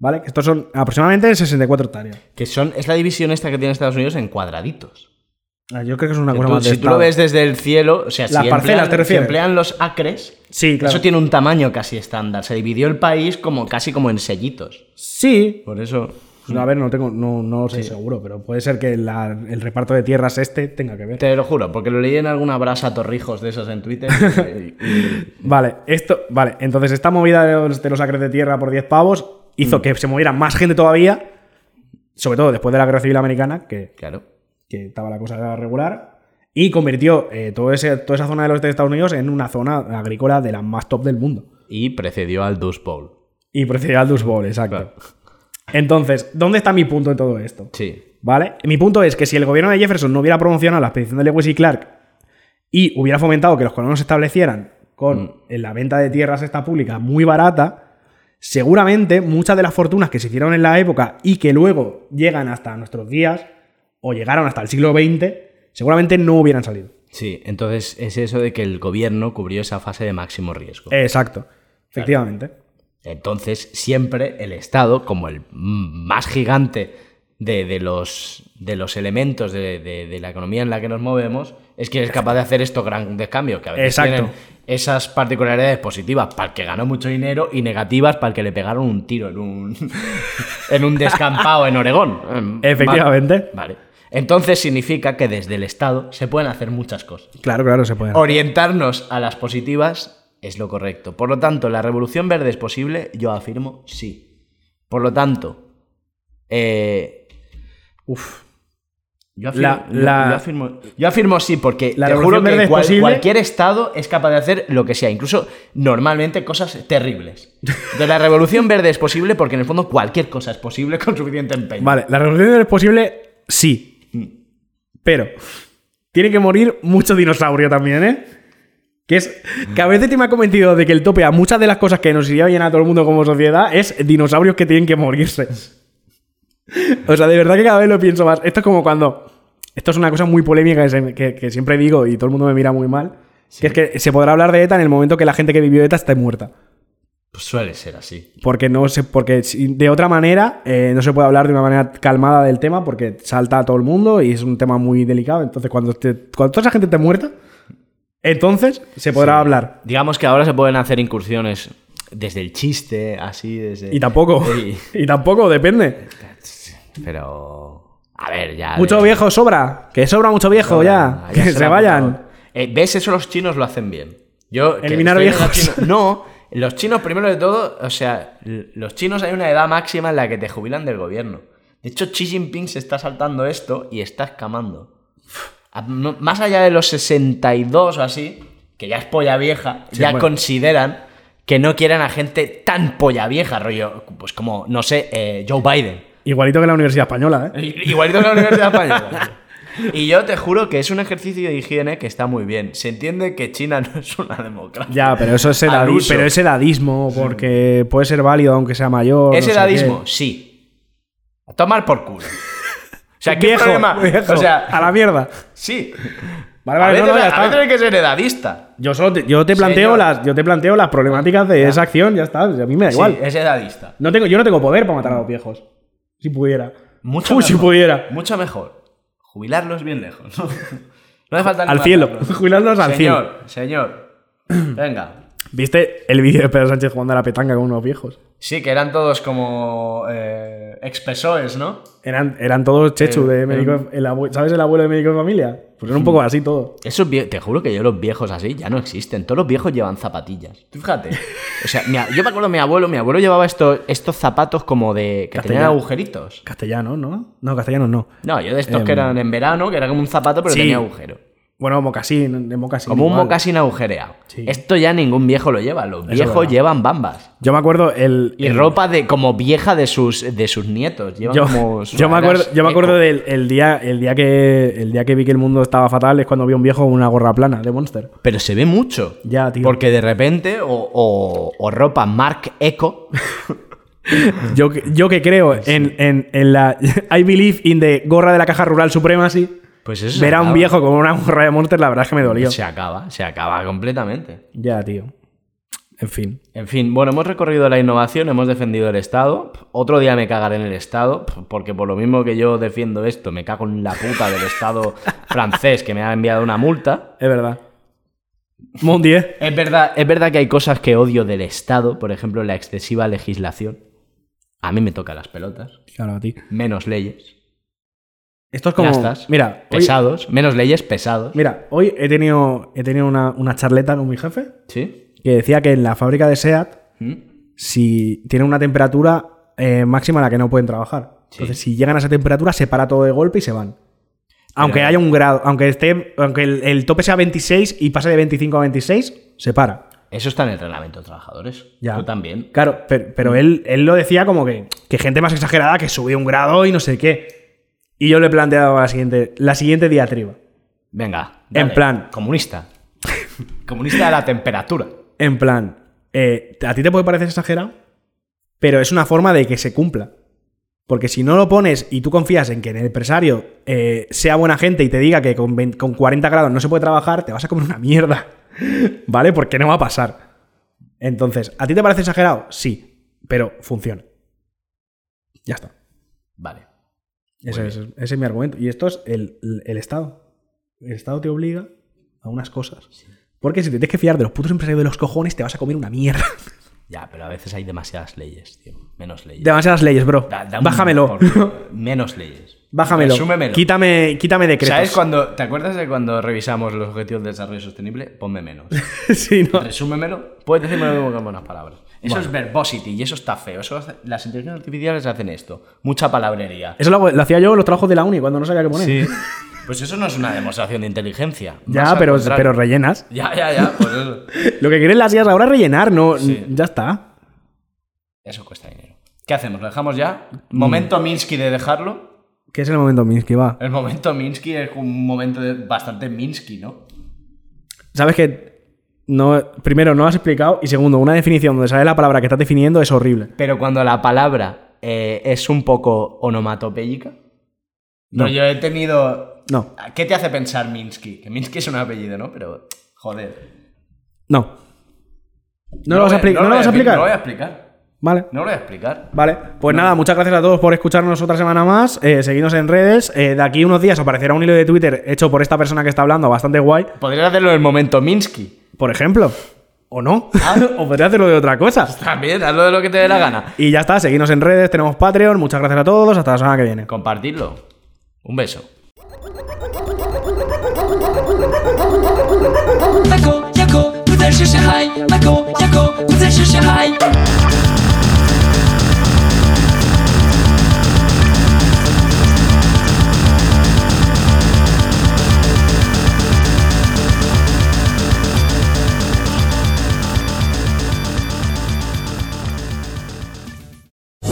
B: ¿Vale? Que estos son aproximadamente 64 hectáreas.
C: Que son, es la división esta que tiene Estados Unidos en cuadraditos.
B: Ah, Yo creo que es una cosa
C: Tú-
B: más de
C: si tú lo
B: estado.
C: ves desde el cielo, o sea,
B: Las
C: si,
B: parcelas,
C: emplean,
B: ¿te
C: si
B: refieres?
C: emplean los acres,
B: Sí, claro.
C: eso tiene un tamaño casi estándar. Se dividió el país como casi como en sellitos.
B: Sí.
C: Por eso.
B: Pues, a ver, no tengo, no, no lo sé seguro, pero puede ser que la- el reparto de tierras este tenga que ver.
C: Te lo juro, porque lo leí en alguna brasa torrijos de esas en Twitter. y- *laughs* y-
B: Vale, esto, vale, entonces esta movida de los, de los acres de tierra por 10 pavos
C: Mm.
B: hizo que se moviera más gente todavía, sobre todo después de la guerra civil americana, que,
C: claro.
B: que estaba la cosa regular, y convirtió eh, todo ese, toda esa zona del oeste de Estados Unidos en una zona agrícola de las más top del mundo.
C: Y precedió al Dust Bowl.
B: Y procedió al Dust Bowl, exacto. Entonces, ¿dónde está mi punto en todo esto?
C: Sí.
B: ¿Vale? Mi punto es que si el gobierno de Jefferson no hubiera promocionado la expedición de Lewis y Clark y hubiera fomentado que los colonos se establecieran con eh, la venta de tierras esta pública muy barata, seguramente muchas de las fortunas que se hicieron en la época y que luego llegan hasta nuestros días o llegaron hasta el siglo XX, seguramente no hubieran salido.
C: Sí, entonces es eso de que el gobierno cubrió esa fase de máximo riesgo.
B: Exacto, efectivamente.
C: Entonces, siempre el Estado, como el más gigante de, de los, de los elementos de, de- de la economía en la que nos movemos, es que es capaz de hacer estos grandes cambios, que a veces
B: Exacto.
C: tienen esas particularidades positivas para el que ganó mucho dinero y negativas para el que le pegaron un tiro en un, *laughs* en un descampado
B: *laughs*
C: en Oregón.
B: Efectivamente.
C: Vale. Entonces significa que desde el Estado se pueden hacer muchas cosas
B: Claro, claro, se puede.
C: orientarnos a las positivas es lo correcto. Por lo tanto, ¿la revolución verde es posible? Yo afirmo sí. Por lo tanto, eh, uf, yo afirmo,
B: La-
C: yo-
B: la-
C: yo afirmo- yo afirmo sí, porque
B: La
C: te
B: revolución
C: juro que
B: verde es
C: cual-
B: posible.
C: cualquier estado es capaz de hacer lo que sea, incluso normalmente cosas terribles. De la revolución verde es posible porque en el fondo cualquier cosa es posible con suficiente empeño.
B: Vale, la revolución es posible, sí. Pero tiene que morir mucho dinosaurio también, ¿eh? Que es que a veces te me ha convencido de que el tope a muchas de las cosas que nos iría bien a todo el mundo como sociedad es dinosaurios que tienen que morirse. *laughs* O sea, de verdad que cada vez lo pienso más. Esto es como cuando. Esto es una cosa muy polémica que, se- que- que siempre digo y todo el mundo me mira muy mal. Que es que se podrá hablar de ETA en el momento que la gente que vivió ETA esté muerta.
C: Pues suele ser así.
B: Porque no se, porque si- de otra manera eh, no se puede hablar de una manera calmada del tema porque salta a todo el mundo y es un tema muy delicado. Entonces, cuando, te- cuando toda esa gente esté muerta, entonces se podrá hablar.
C: Digamos que ahora se pueden hacer incursiones desde el chiste, así, desde...
B: Y tampoco,
C: Sí.
B: *laughs* y tampoco, depende.
C: Pero. A ver, ya.
B: Mucho
C: de-
B: viejo sobra, que sobra mucho viejo ya,
C: Ah,
B: que se
C: será, por
B: vayan.
C: favor. Eh, ¿Ves? Eso los chinos lo hacen bien. Yo, que
B: Eliminar
C: estoy en edad
B: viejos. *laughs*
C: china- No, los chinos, primero de todo, o sea, l- los chinos hay una edad máxima en la que te jubilan del gobierno. De hecho, Xi Jinping se está saltando esto y está escamando. A- no- más allá de los 62 o así, que ya es polla vieja,
B: Sí,
C: ya
B: bueno.
C: consideran que no quieran a gente tan polla vieja, rollo, pues como, no sé, eh, Joe Biden.
B: Igualito que la Universidad Española, ¿eh?
C: *laughs* Igualito que la Universidad Española. Y yo te juro que es un ejercicio de higiene que está muy bien. Se entiende que China *laughs* no es una democracia.
B: Ya, pero eso es,
C: Al
B: edadi-
C: uso.
B: pero es edadismo, porque puede ser válido aunque sea mayor.
C: ¿Es
B: no sé
C: edadismo?
B: qué.
C: Sí. A tomar por culo. O
B: *laughs*
C: sea, ¿qué
B: viejo,
C: problema?
B: viejo,
C: O
B: a
C: sea,
B: la mierda.
C: sí.
B: Vale,
C: a
B: vale,
C: veces,
B: no, no, ya
C: a
B: está.
C: veces hay que ser edadista.
B: Yo, solo te, yo, te planteo
C: Señor.
B: las, yo te planteo las problemáticas de esa acción, ya está. A mí me da
C: Sí,
B: igual.
C: es edadista.
B: No tengo, yo no tengo poder para matar a los viejos. Si pudiera.
C: Mucho
B: Uy,
C: mejor.
B: si pudiera.
C: Mucho mejor. Jubilarlos bien lejos. No, *laughs* No hace falta ni
B: Al cielo. *laughs*
C: matarlos.
B: Jubilarlos al
C: Señor, señor. Venga.
B: ¿Viste el vídeo de Pedro Sánchez jugando a la petanca con unos viejos?
C: Sí, que eran todos como eh, ex-PSOEs, ¿no?
B: Eran, eran todos chechu
C: Eh,
B: de médico.
C: eh.
B: el abue- ¿Sabes el abuelo de médico de familia? Pues era un poco así todo.
C: Esos vie- te juro que yo los viejos así ya no existen. Todos los viejos llevan zapatillas. Tú Fíjate. O sea, mi a- yo me acuerdo de mi abuelo, mi abuelo llevaba estos, estos zapatos como de. que tenían
B: Castellano.
C: agujeritos.
B: Castellano, ¿no? No, castellano no.
C: No, yo de estos que
B: Em.
C: eran en verano, que era como un zapato, pero
B: Sí.
C: tenía agujero.
B: Bueno, mocasín, de mocasín.
C: Como un
B: igual.
C: mocasín agujereado.
B: Sí.
C: Esto ya ningún viejo lo lleva. Los viejos
B: verdad.
C: llevan bambas.
B: Yo me acuerdo el.
C: Y
B: el-
C: ropa de como vieja de sus, de sus nietos.
B: *laughs*
C: Llevan
B: Yo,
C: como
B: yo me acuerdo,
C: sudaderas
B: yo me acuerdo
C: eco.
B: del el día, el día que el día que vi que el mundo estaba fatal es cuando vi a un viejo con una gorra plana de Monster.
C: Pero se ve mucho.
B: Ya, tío.
C: Porque de repente, o, o- o ropa Mark Eco. Mm.
B: Yo, que- yo que creo
C: Pues
B: en, en- en la *laughs* I believe in the gorra de la caja rural supremacy.
C: Pues eso. se
B: Ver a un
C: acaba.
B: viejo con una gorra de Monster, la verdad es que me dolió.
C: Se acaba, se acaba completamente.
B: Ya, tío. En fin.
C: En fin, bueno, hemos recorrido la innovación, hemos defendido el Estado. Otro día me cagaré en el Estado, porque por lo mismo que yo defiendo esto, me cago en la puta del Estado francés que me ha enviado una multa.
B: Es verdad. Mon 10.
C: Es verdad, es verdad que hay cosas que odio del Estado, por ejemplo, la excesiva legislación. A mí me toca las pelotas.
B: Claro, a ti.
C: Menos leyes.
B: Esto es como.
C: Ya estás.
B: Mira, hoy,
C: Pesados. Menos leyes pesados.
B: mira, hoy he tenido, he tenido una, una charleta con mi jefe
C: ¿Sí?
B: que decía que en la fábrica de SEAT
C: ¿Mm?
B: si tienen una temperatura eh, máxima a la que no pueden trabajar.
C: Sí.
B: Entonces, si llegan a esa temperatura, se para todo de golpe y se van. Aunque haya un grado, aunque esté, aunque el, el tope sea 26 y pase de 25 a 26, se para.
C: Eso está en el reglamento de trabajadores.
B: Ya.
C: Tú también.
B: Claro, pero, pero él, él lo decía como que, que gente más exagerada que sube un grado y no sé qué. Y yo le he planteado la siguiente, la siguiente diatriba.
C: Venga.
B: En plan- *laughs*
C: Comunista. Comunista de la temperatura.
B: En plan, eh, a ti te puede parecer exagerado, pero es una forma de que se cumpla. Porque si no lo pones y tú confías en que el empresario eh, sea buena gente y te diga que con, 20 con 40 grados no se puede trabajar, te vas a comer una mierda. *laughs* ¿Vale? Porque no va a pasar. Entonces, ¿a ti te parece exagerado? Sí, pero funciona. Ya está.
C: Vale.
B: Ese, es, ese es mi argumento. Y esto es el, el- el Estado. El Estado te obliga a unas cosas. Porque si te tienes que fiar de los putos empresarios de los cojones, te vas a comer una
C: *laughs*
B: mierda.
C: Ya, pero a veces hay demasiadas leyes, tío. Menos leyes.
B: Demasiadas leyes, bro.
C: Da- da un-
B: Bájamelo. *laughs*
C: por- menos leyes.
B: Bájamelo.
C: Resúmemelo.
B: Quítame, quítame decretos.
C: ¿Sabes cuando, ¿Te acuerdas de cuando revisamos los objetivos de desarrollo sostenible?
B: *laughs*
C: Ponme menos.
B: sí, no.
C: Resúmemelo. Puedes decirme lo mismo con buenas palabras. Eso es verbosity y eso está feo. Eso hace- las inteligencias artificiales hacen esto. Mucha palabrería.
B: Eso lo, hago- lo hacía yo en los trabajos de la uni cuando no sabía qué poner.
C: Pues eso no es una demostración de inteligencia. Más
B: Ya,
C: al
B: pero,
C: contrario.
B: pero rellenas.
C: Ya, ya, ya. Pues eso.
B: Lo que quieren las IAs ahora es rellenar, no.
C: Sí.
B: Ya está.
C: Eso cuesta dinero. ¿Qué hacemos? ¿Lo dejamos ya? ¿Momento Minsky de dejarlo?
B: Que es el momento Minsky, va.
C: El momento Minsky es un momento de- bastante Minsky, ¿no?
B: Sabes que. No, primero, no lo has explicado. Y segundo, una definición donde sale la palabra que estás definiendo es horrible.
C: Pero cuando la palabra eh, es un poco onomatopéyica.
B: No.
C: No, yo he tenido.
B: No,
C: ¿Qué te hace pensar Minsky? Que Minsky es un apellido, ¿no? Pero, joder.
B: no. ¿No, lo vas a,
C: voy-
B: expli- ¿no lo
C: voy
B: vas a
C: decir,
B: explicar?
C: No lo voy a explicar.
B: Vale.
C: No lo voy a explicar.
B: Vale, pues nada, muchas gracias a todos por escucharnos otra semana más. Eh, seguidnos en redes. Eh, de aquí unos días aparecerá un hilo de Twitter hecho por esta persona que está hablando, bastante guay,
C: Podrías hacerlo en el momento Minsky.
B: por ejemplo. O no.
C: Ah,
B: *laughs* o podría hacerlo de otra cosa.
C: También, hazlo de lo que te dé la gana.
B: Y ya está, seguidnos en redes, tenemos Patreon. Muchas gracias a todos, hasta la semana que viene.
C: Compartirlo. Un beso.
D: Michael, Jaco，不再是小孩。Michael, Jaco，不再是小孩。